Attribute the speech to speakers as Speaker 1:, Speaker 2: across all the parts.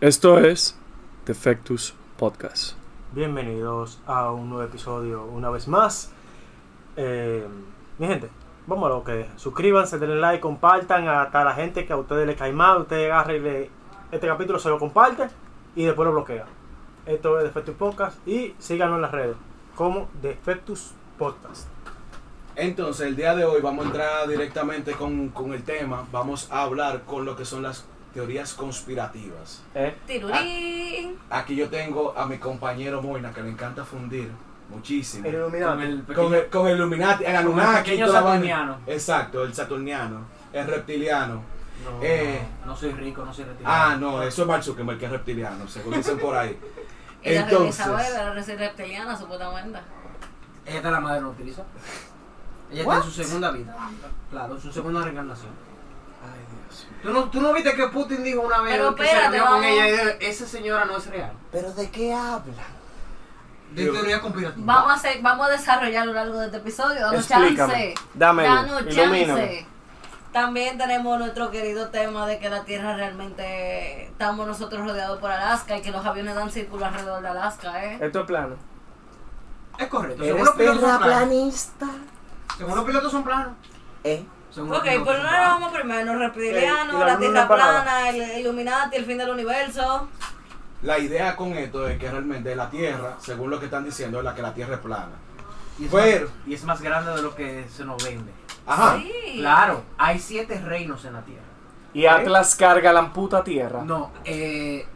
Speaker 1: Esto es Defectus Podcast.
Speaker 2: Bienvenidos a un nuevo episodio una vez más. Eh, mi gente, vamos a lo que es. Suscríbanse, denle like, compartan hasta la gente que a ustedes les cae mal. Ustedes agarren y le- este capítulo, se lo comparte y después lo bloquea. Esto es Defectus Podcast y síganos en las redes como Defectus Podcast.
Speaker 3: Entonces, el día de hoy vamos a entrar directamente con, con el tema. Vamos a hablar con lo que son las teorías conspirativas.
Speaker 2: ¿Eh?
Speaker 4: Tirurín.
Speaker 3: Aquí yo tengo a mi compañero Moina, que le encanta fundir muchísimo.
Speaker 2: El
Speaker 5: Con
Speaker 2: Illuminati.
Speaker 5: el
Speaker 3: Con
Speaker 5: pequeño-
Speaker 3: el, con el Illuminati, el
Speaker 5: Con el
Speaker 3: Anunnaki,
Speaker 5: pequeño
Speaker 3: toda la vaina.
Speaker 5: saturniano.
Speaker 3: Exacto, el Saturniano, el reptiliano.
Speaker 5: No,
Speaker 3: eh,
Speaker 5: no soy rico, no soy retirado.
Speaker 3: Ah, no, eso es Mark Zuckerberg, que es reptiliano, según dicen por ahí.
Speaker 4: Ella
Speaker 3: Entonces,
Speaker 4: regresaba de la red reptiliana, supuestamente.
Speaker 5: Ella está la madre no utiliza. Ella está en su segunda vida. Claro, su segunda reencarnación. ¿Tú no, ¿Tú no viste que Putin dijo una vez
Speaker 4: Pero
Speaker 5: que
Speaker 4: espérate,
Speaker 5: se reunió con
Speaker 4: vamos.
Speaker 5: ella y dijo, esa señora no es real? ¿Pero de qué habla? De
Speaker 3: Digo-
Speaker 5: teoría conspirativa.
Speaker 4: Vamos a, hacer, vamos a desarrollar a lo largo de este episodio. Danos
Speaker 2: Explícame.
Speaker 4: chance.
Speaker 2: Dame luz.
Speaker 4: Danos
Speaker 2: Ilumíname.
Speaker 4: chance. También tenemos nuestro querido tema de que la Tierra realmente estamos nosotros rodeados por Alaska y que los aviones dan círculo alrededor de Alaska, ¿eh?
Speaker 2: Esto es plano.
Speaker 5: Es correcto.
Speaker 1: Pues
Speaker 6: Eres
Speaker 5: Según los pilotos son planos.
Speaker 6: terraplanista.
Speaker 5: Según los pilotos son planos.
Speaker 6: ¿Eh?
Speaker 5: Según los
Speaker 4: Ok,
Speaker 5: pilotos
Speaker 4: pues
Speaker 5: son
Speaker 4: no
Speaker 5: planos.
Speaker 4: vamos primero. Los
Speaker 2: Eh,
Speaker 4: reptilianos,
Speaker 2: y la
Speaker 4: la
Speaker 2: luna
Speaker 4: Tierra
Speaker 2: parada.
Speaker 4: plana, el Illuminati, el fin del universo.
Speaker 3: la idea con esto es que realmente la Tierra, según lo que están diciendo, es la que la Tierra es plana.
Speaker 5: Y es,
Speaker 3: Pero-
Speaker 5: más, y es más grande de lo que se nos vende.
Speaker 3: Ajá.
Speaker 4: Sí.
Speaker 5: Claro, hay siete reinos en la Tierra.
Speaker 1: Y Atlas carga la puta tierra.
Speaker 5: No, eh,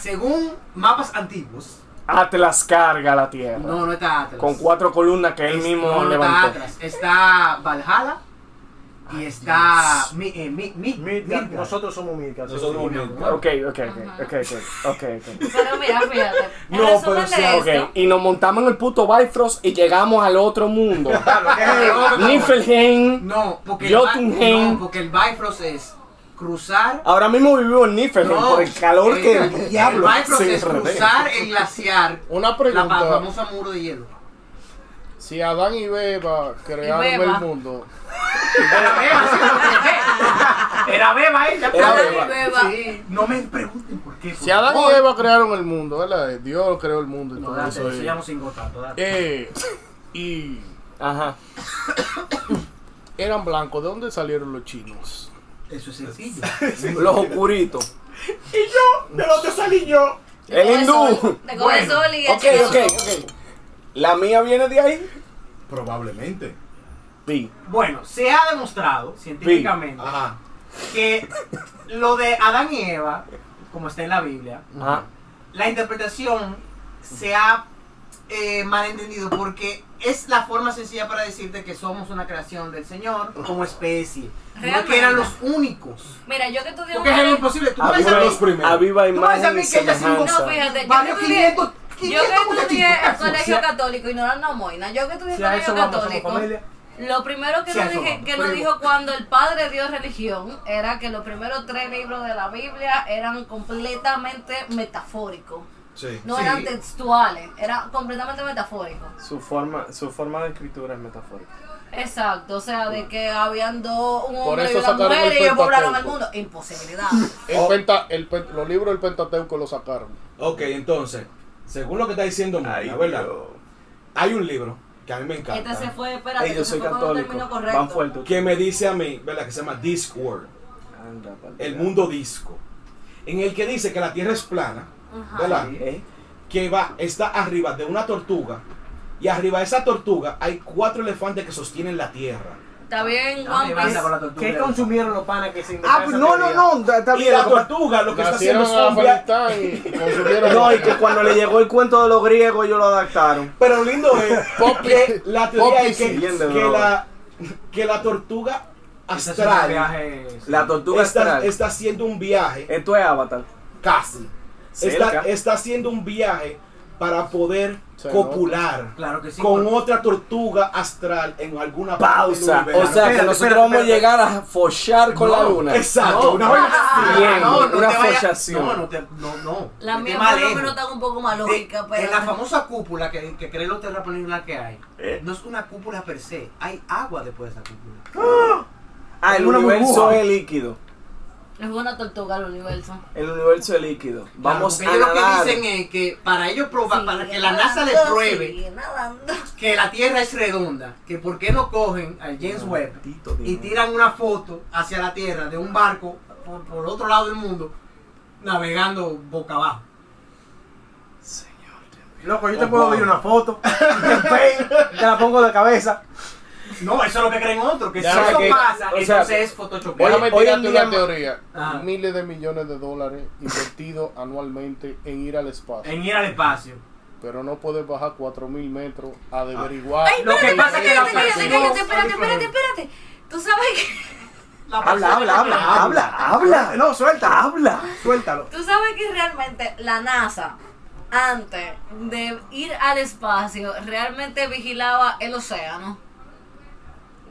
Speaker 5: según mapas antiguos,
Speaker 1: Atlas carga la tierra.
Speaker 5: no, no está Atlas.
Speaker 1: Con cuatro columnas que él
Speaker 5: Es-
Speaker 1: mismo
Speaker 5: no, no está
Speaker 1: levantó.
Speaker 5: Atlas. Está Valhalla y está mi, eh, mi, mi-
Speaker 2: Midgard.
Speaker 5: Midgard.
Speaker 2: Nosotros somos Midgard. sí.
Speaker 3: Nosotros
Speaker 5: mi
Speaker 3: mismos.
Speaker 5: amor.
Speaker 1: Ok, ok, ok, ok, ok, ok, ok.
Speaker 4: Pero mira, fíjate. En
Speaker 1: No,
Speaker 4: resumen
Speaker 1: pero
Speaker 4: de
Speaker 1: sí,
Speaker 4: esto-
Speaker 1: ok. Y nos montamos en el puto Bifrost y llegamos al otro mundo.
Speaker 5: Claro, ¿qué es el otro?
Speaker 1: Niflheim.
Speaker 5: No, porque el, Bi-
Speaker 1: Jotunheim.
Speaker 5: no, porque el Bifrost es cruzar.
Speaker 1: Ahora mismo vivimos en Niflheim
Speaker 5: No, eh,
Speaker 1: por el calor que
Speaker 5: el-
Speaker 1: el diablo
Speaker 5: El Bifrost
Speaker 1: se
Speaker 5: es cruzar
Speaker 1: revela.
Speaker 5: el glaciar,
Speaker 7: Una
Speaker 5: la pa-
Speaker 7: pregunta.
Speaker 5: famosa muro de hielo.
Speaker 7: Si Adán y Beba crearon
Speaker 4: Y Beba.
Speaker 7: el mundo,
Speaker 5: Era beba, sí, porque- era beba ella.
Speaker 1: Era
Speaker 4: Adán y
Speaker 1: beba.
Speaker 4: Beba.
Speaker 5: Sí, no me pregunten por qué.
Speaker 7: si Adán y Eva crearon el mundo, ¿verdad? Dios creó el mundo y
Speaker 5: No,
Speaker 7: todo
Speaker 5: date,
Speaker 7: eso.
Speaker 5: eso
Speaker 7: eh.
Speaker 5: ya no se engota, date.
Speaker 7: Eh, y
Speaker 1: Ajá.
Speaker 7: eran blancos. ¿De dónde salieron los chinos?
Speaker 5: Eso es sencillo.
Speaker 1: Los oscuritos.
Speaker 3: ¿De dónde salí yo?
Speaker 1: El
Speaker 4: Coge
Speaker 1: hindú.
Speaker 4: sol, te coge sol y
Speaker 1: Ok,
Speaker 4: echa-
Speaker 1: ok, ok. La mía viene de ahí.
Speaker 3: Probablemente.
Speaker 1: Sí.
Speaker 5: Bueno, se ha demostrado científicamente
Speaker 3: Ajá.
Speaker 5: que lo de Adán y Eva, como está en la Biblia,
Speaker 1: Ajá.
Speaker 5: la interpretación se ha eh, malentendido porque es la forma sencilla para decirte que somos una creación del Señor como especie. No que eran los únicos.
Speaker 4: Mira, yo que estudié
Speaker 5: Porque es imposible. Tú
Speaker 3: Aviva-
Speaker 5: pensas
Speaker 3: los primeros.
Speaker 1: a viva
Speaker 5: ¿Tú vas a
Speaker 1: imagen
Speaker 5: mí
Speaker 1: y
Speaker 5: que ella se
Speaker 4: No,
Speaker 1: semejanza.
Speaker 4: fíjate, yo que
Speaker 5: varios
Speaker 4: estudié,
Speaker 5: 500,
Speaker 4: yo
Speaker 5: 500
Speaker 4: que estudié en
Speaker 5: muchachitos.
Speaker 4: colegio católico y no era no moina, yo que estudié en
Speaker 2: Si a eso
Speaker 4: colegio
Speaker 2: vamos, somos
Speaker 4: católico.
Speaker 2: familia.
Speaker 4: Lo primero que
Speaker 5: Si a
Speaker 4: nos
Speaker 5: eso
Speaker 4: dije,
Speaker 5: vamos,
Speaker 4: que nos
Speaker 5: primo.
Speaker 4: dijo cuando el padre dio religión era que los primeros tres libros de la Biblia eran completamente metafóricos.
Speaker 3: Sí.
Speaker 4: No
Speaker 5: Sí.
Speaker 4: eran textuales, era completamente metafórico.
Speaker 1: Su forma, su forma de escritura es metafórica.
Speaker 4: Exacto, o sea, de que habían dos, un
Speaker 7: Por
Speaker 4: hombre y
Speaker 7: eso
Speaker 4: una
Speaker 7: sacaron
Speaker 4: mujer
Speaker 7: el
Speaker 4: y ellos poblaron el
Speaker 7: Pentateuco.
Speaker 4: mundo. Imposibilidad.
Speaker 7: El penta- el pen- los libros del Pentateuco los sacaron.
Speaker 3: Ok, entonces, según lo que está diciendo Mona, ¿verdad? Hay un libro que a mí me encanta.
Speaker 4: Este se fue, espérate,
Speaker 1: Ey,
Speaker 4: que
Speaker 1: yo
Speaker 4: se
Speaker 1: soy
Speaker 4: fue con un
Speaker 1: católico.
Speaker 4: término correcto.
Speaker 1: Van fuerte.
Speaker 3: Que me dice a mí, ¿verdad? Que se llama Discworld,
Speaker 1: Anda, pa'l
Speaker 3: el
Speaker 1: diablo.
Speaker 3: mundo disco. En el que dice que la Tierra es plana,
Speaker 4: Ajá.
Speaker 3: ¿verdad?
Speaker 1: ¿Eh?
Speaker 3: Que va, está arriba de una tortuga. Y arriba de esa tortuga hay cuatro elefantes que sostienen la Tierra.
Speaker 4: Está bien,
Speaker 5: No, me
Speaker 4: Juan
Speaker 5: basta con la
Speaker 4: Piece.
Speaker 5: tortuga.
Speaker 2: ¿Qué consumieron los panas que se
Speaker 1: Ah,
Speaker 2: inventaron
Speaker 1: pues
Speaker 2: esa
Speaker 1: no, no,
Speaker 2: teoría?
Speaker 1: no, está- está
Speaker 3: Y
Speaker 1: bien.
Speaker 3: la
Speaker 1: lo que-
Speaker 3: tortuga lo que está haciendo
Speaker 7: Nacieron
Speaker 3: es
Speaker 7: en
Speaker 3: un viaje.
Speaker 7: Afganistán y consumieron.
Speaker 1: No, y que cuando le llegó el cuento de los griegos, ellos lo adaptaron.
Speaker 3: Pero lo lindo es
Speaker 7: Poppy.
Speaker 3: que la teoría
Speaker 7: Poppy
Speaker 3: es que,
Speaker 1: sí. Bien de
Speaker 3: que
Speaker 1: droga.
Speaker 3: la, que la tortuga
Speaker 5: Ese es un
Speaker 3: astral
Speaker 5: viaje-
Speaker 1: La tortuga
Speaker 3: está,
Speaker 1: astral.
Speaker 3: está haciendo un viaje,
Speaker 1: Esto es Avatar.
Speaker 3: casi,
Speaker 1: Eh, Cerca.
Speaker 3: está, está haciendo un viaje para poder
Speaker 7: Se
Speaker 3: copular
Speaker 5: Claro que sí.
Speaker 3: con
Speaker 5: porque-
Speaker 3: otra tortuga astral en alguna
Speaker 1: Pausa.
Speaker 3: parte del
Speaker 1: O
Speaker 3: universo.
Speaker 1: sea que nosotros vamos a llegar a follar con
Speaker 5: No,
Speaker 1: la luna.
Speaker 3: Exacto,
Speaker 5: No.
Speaker 3: una vaina así.
Speaker 1: Bien, una
Speaker 5: Ah, te vayas-
Speaker 1: forzación.
Speaker 5: No, no, te, no, no.
Speaker 4: La
Speaker 5: Te
Speaker 4: mía
Speaker 5: tema
Speaker 4: por lo
Speaker 5: lejos.
Speaker 4: menos está un poco más
Speaker 5: De-
Speaker 4: lógica, pero...
Speaker 5: de Eh, la famosa cúpula que, que creen los terraplanistas que hay, no es una cúpula per se, hay agua después de esa cúpula.
Speaker 1: Ah, el
Speaker 2: Una burbuja.
Speaker 1: universo es líquido.
Speaker 4: Es una tortuga el universo.
Speaker 1: El universo es líquido. Vamos
Speaker 5: Porque ellos
Speaker 1: a
Speaker 5: lo que
Speaker 1: nadar.
Speaker 5: dicen es que para ellos probar,
Speaker 4: Sí,
Speaker 5: para que la
Speaker 4: nadando,
Speaker 5: NASA les pruebe
Speaker 4: sí, nadando.
Speaker 5: que la Tierra es redonda, que por qué no cogen al James Webb
Speaker 1: Maldito
Speaker 5: y
Speaker 1: dinero.
Speaker 5: tiran una foto hacia la Tierra de un barco por, por otro lado del mundo navegando boca abajo.
Speaker 2: Loco, yo te puedo pedir una foto. en Facebook, Te la pongo de cabeza.
Speaker 5: No, eso es lo que creen otros, que si
Speaker 7: Déjame
Speaker 5: eso
Speaker 7: que-
Speaker 5: pasa,
Speaker 8: o sea,
Speaker 5: entonces es
Speaker 7: Déjame
Speaker 5: Photoshop.
Speaker 8: hoy en
Speaker 7: tirarte
Speaker 8: día
Speaker 7: una
Speaker 8: ma-
Speaker 7: teoría.
Speaker 5: Ajá.
Speaker 7: Miles de millones de dólares invertidos anualmente en ir al espacio.
Speaker 5: En ir al espacio.
Speaker 7: Pero no puedes bajar 4000 metros a averiguar.
Speaker 4: Ay,
Speaker 5: Lo que
Speaker 4: espérate,
Speaker 5: pasa es que
Speaker 4: espérate,
Speaker 5: la
Speaker 4: espérate,
Speaker 5: persona
Speaker 4: espérate,
Speaker 5: son
Speaker 4: espérate, espérate,
Speaker 5: diferentes.
Speaker 4: espérate. Tú sabes que,
Speaker 5: La
Speaker 1: Habla,
Speaker 5: persona-
Speaker 1: habla, habla, habla, habla.
Speaker 2: No, suelta.
Speaker 1: habla.
Speaker 2: Suéltalo.
Speaker 4: tú sabes que realmente la NASA, antes de ir al espacio, realmente vigilaba el océano.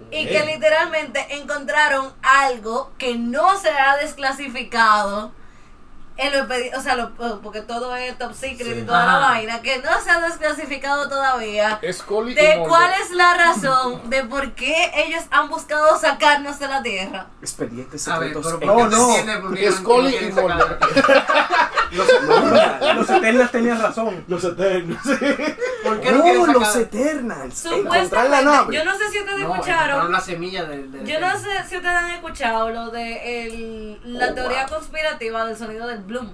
Speaker 4: Y que literalmente encontraron algo que no se ha desclasificado. en los expedi- o sea, lo- oh, porque todo es top secret y toda la
Speaker 5: Ajá.
Speaker 4: vaina, que no se ha desclasificado todavía.
Speaker 7: Scully y
Speaker 4: ¿De
Speaker 7: Mulder.
Speaker 4: cuál es la razón de por qué ellos han buscado sacarnos de la Tierra?
Speaker 1: Expedientes
Speaker 5: A ver,
Speaker 1: secretos.
Speaker 5: pero
Speaker 1: en
Speaker 2: no,
Speaker 1: el-
Speaker 2: no.
Speaker 5: entiende por qué
Speaker 7: Scully
Speaker 5: quieren
Speaker 7: y
Speaker 5: sacar-
Speaker 7: Mulder.
Speaker 2: Los eternos tenían razón.
Speaker 9: Los eternos.
Speaker 5: ¿Por qué no quieren
Speaker 1: No,
Speaker 5: sacar-
Speaker 1: los Eternals. Encontrar la
Speaker 4: Supuestamente,
Speaker 1: nave.
Speaker 4: yo no sé si ustedes
Speaker 5: No, encontraron
Speaker 4: escucharon,
Speaker 5: la semilla del... del-
Speaker 4: yo no sé si ustedes han escuchado lo de el- la
Speaker 1: Oh,
Speaker 4: teoría
Speaker 1: wow.
Speaker 4: conspirativa del sonido del bloom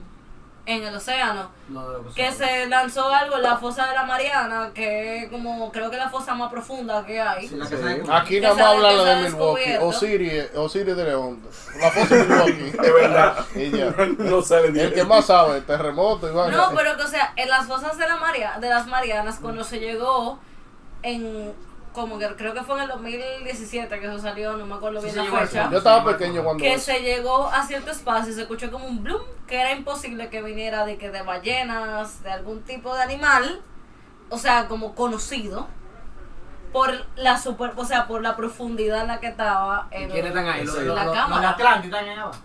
Speaker 4: en el océano,
Speaker 5: no, de los-
Speaker 4: que se lanzó algo en la fosa de la Mariana, que es como creo que la fosa más profunda que hay.
Speaker 5: Sí, la que sale con-
Speaker 7: Aquí nada
Speaker 4: Que
Speaker 7: más
Speaker 4: sabe
Speaker 7: habla
Speaker 4: que
Speaker 7: la
Speaker 4: se ha
Speaker 7: de Milwaukee.
Speaker 4: descubierto.
Speaker 7: Osiris, Osiris de León. La fosa de Milwaukee.
Speaker 1: De verdad.
Speaker 7: Y ya.
Speaker 1: No sale
Speaker 7: El que más sabe, terremoto y vaina.
Speaker 4: No, pero que o sea, en las fosas de la Maria, de las Marianas, cuando se llegó en como que creo que fue en el 2017 que eso salió, no me acuerdo
Speaker 5: Sí,
Speaker 4: bien
Speaker 5: se
Speaker 4: la
Speaker 5: llegó a
Speaker 4: fecha.
Speaker 5: hacer.
Speaker 7: Yo estaba pequeño cuando
Speaker 4: Que
Speaker 7: eso.
Speaker 4: se llegó a cierto espacio y se escuchó como un bloom, que era imposible que viniera de que de ballenas, de algún tipo de animal, o sea, como conocido por la super, o sea, por la profundidad en la que estaba
Speaker 5: ¿Y
Speaker 4: el-
Speaker 5: ¿Quiénes están ahí? Los,
Speaker 4: la
Speaker 5: los, los, los
Speaker 4: cámara.
Speaker 5: Atlantes están ahí abajo.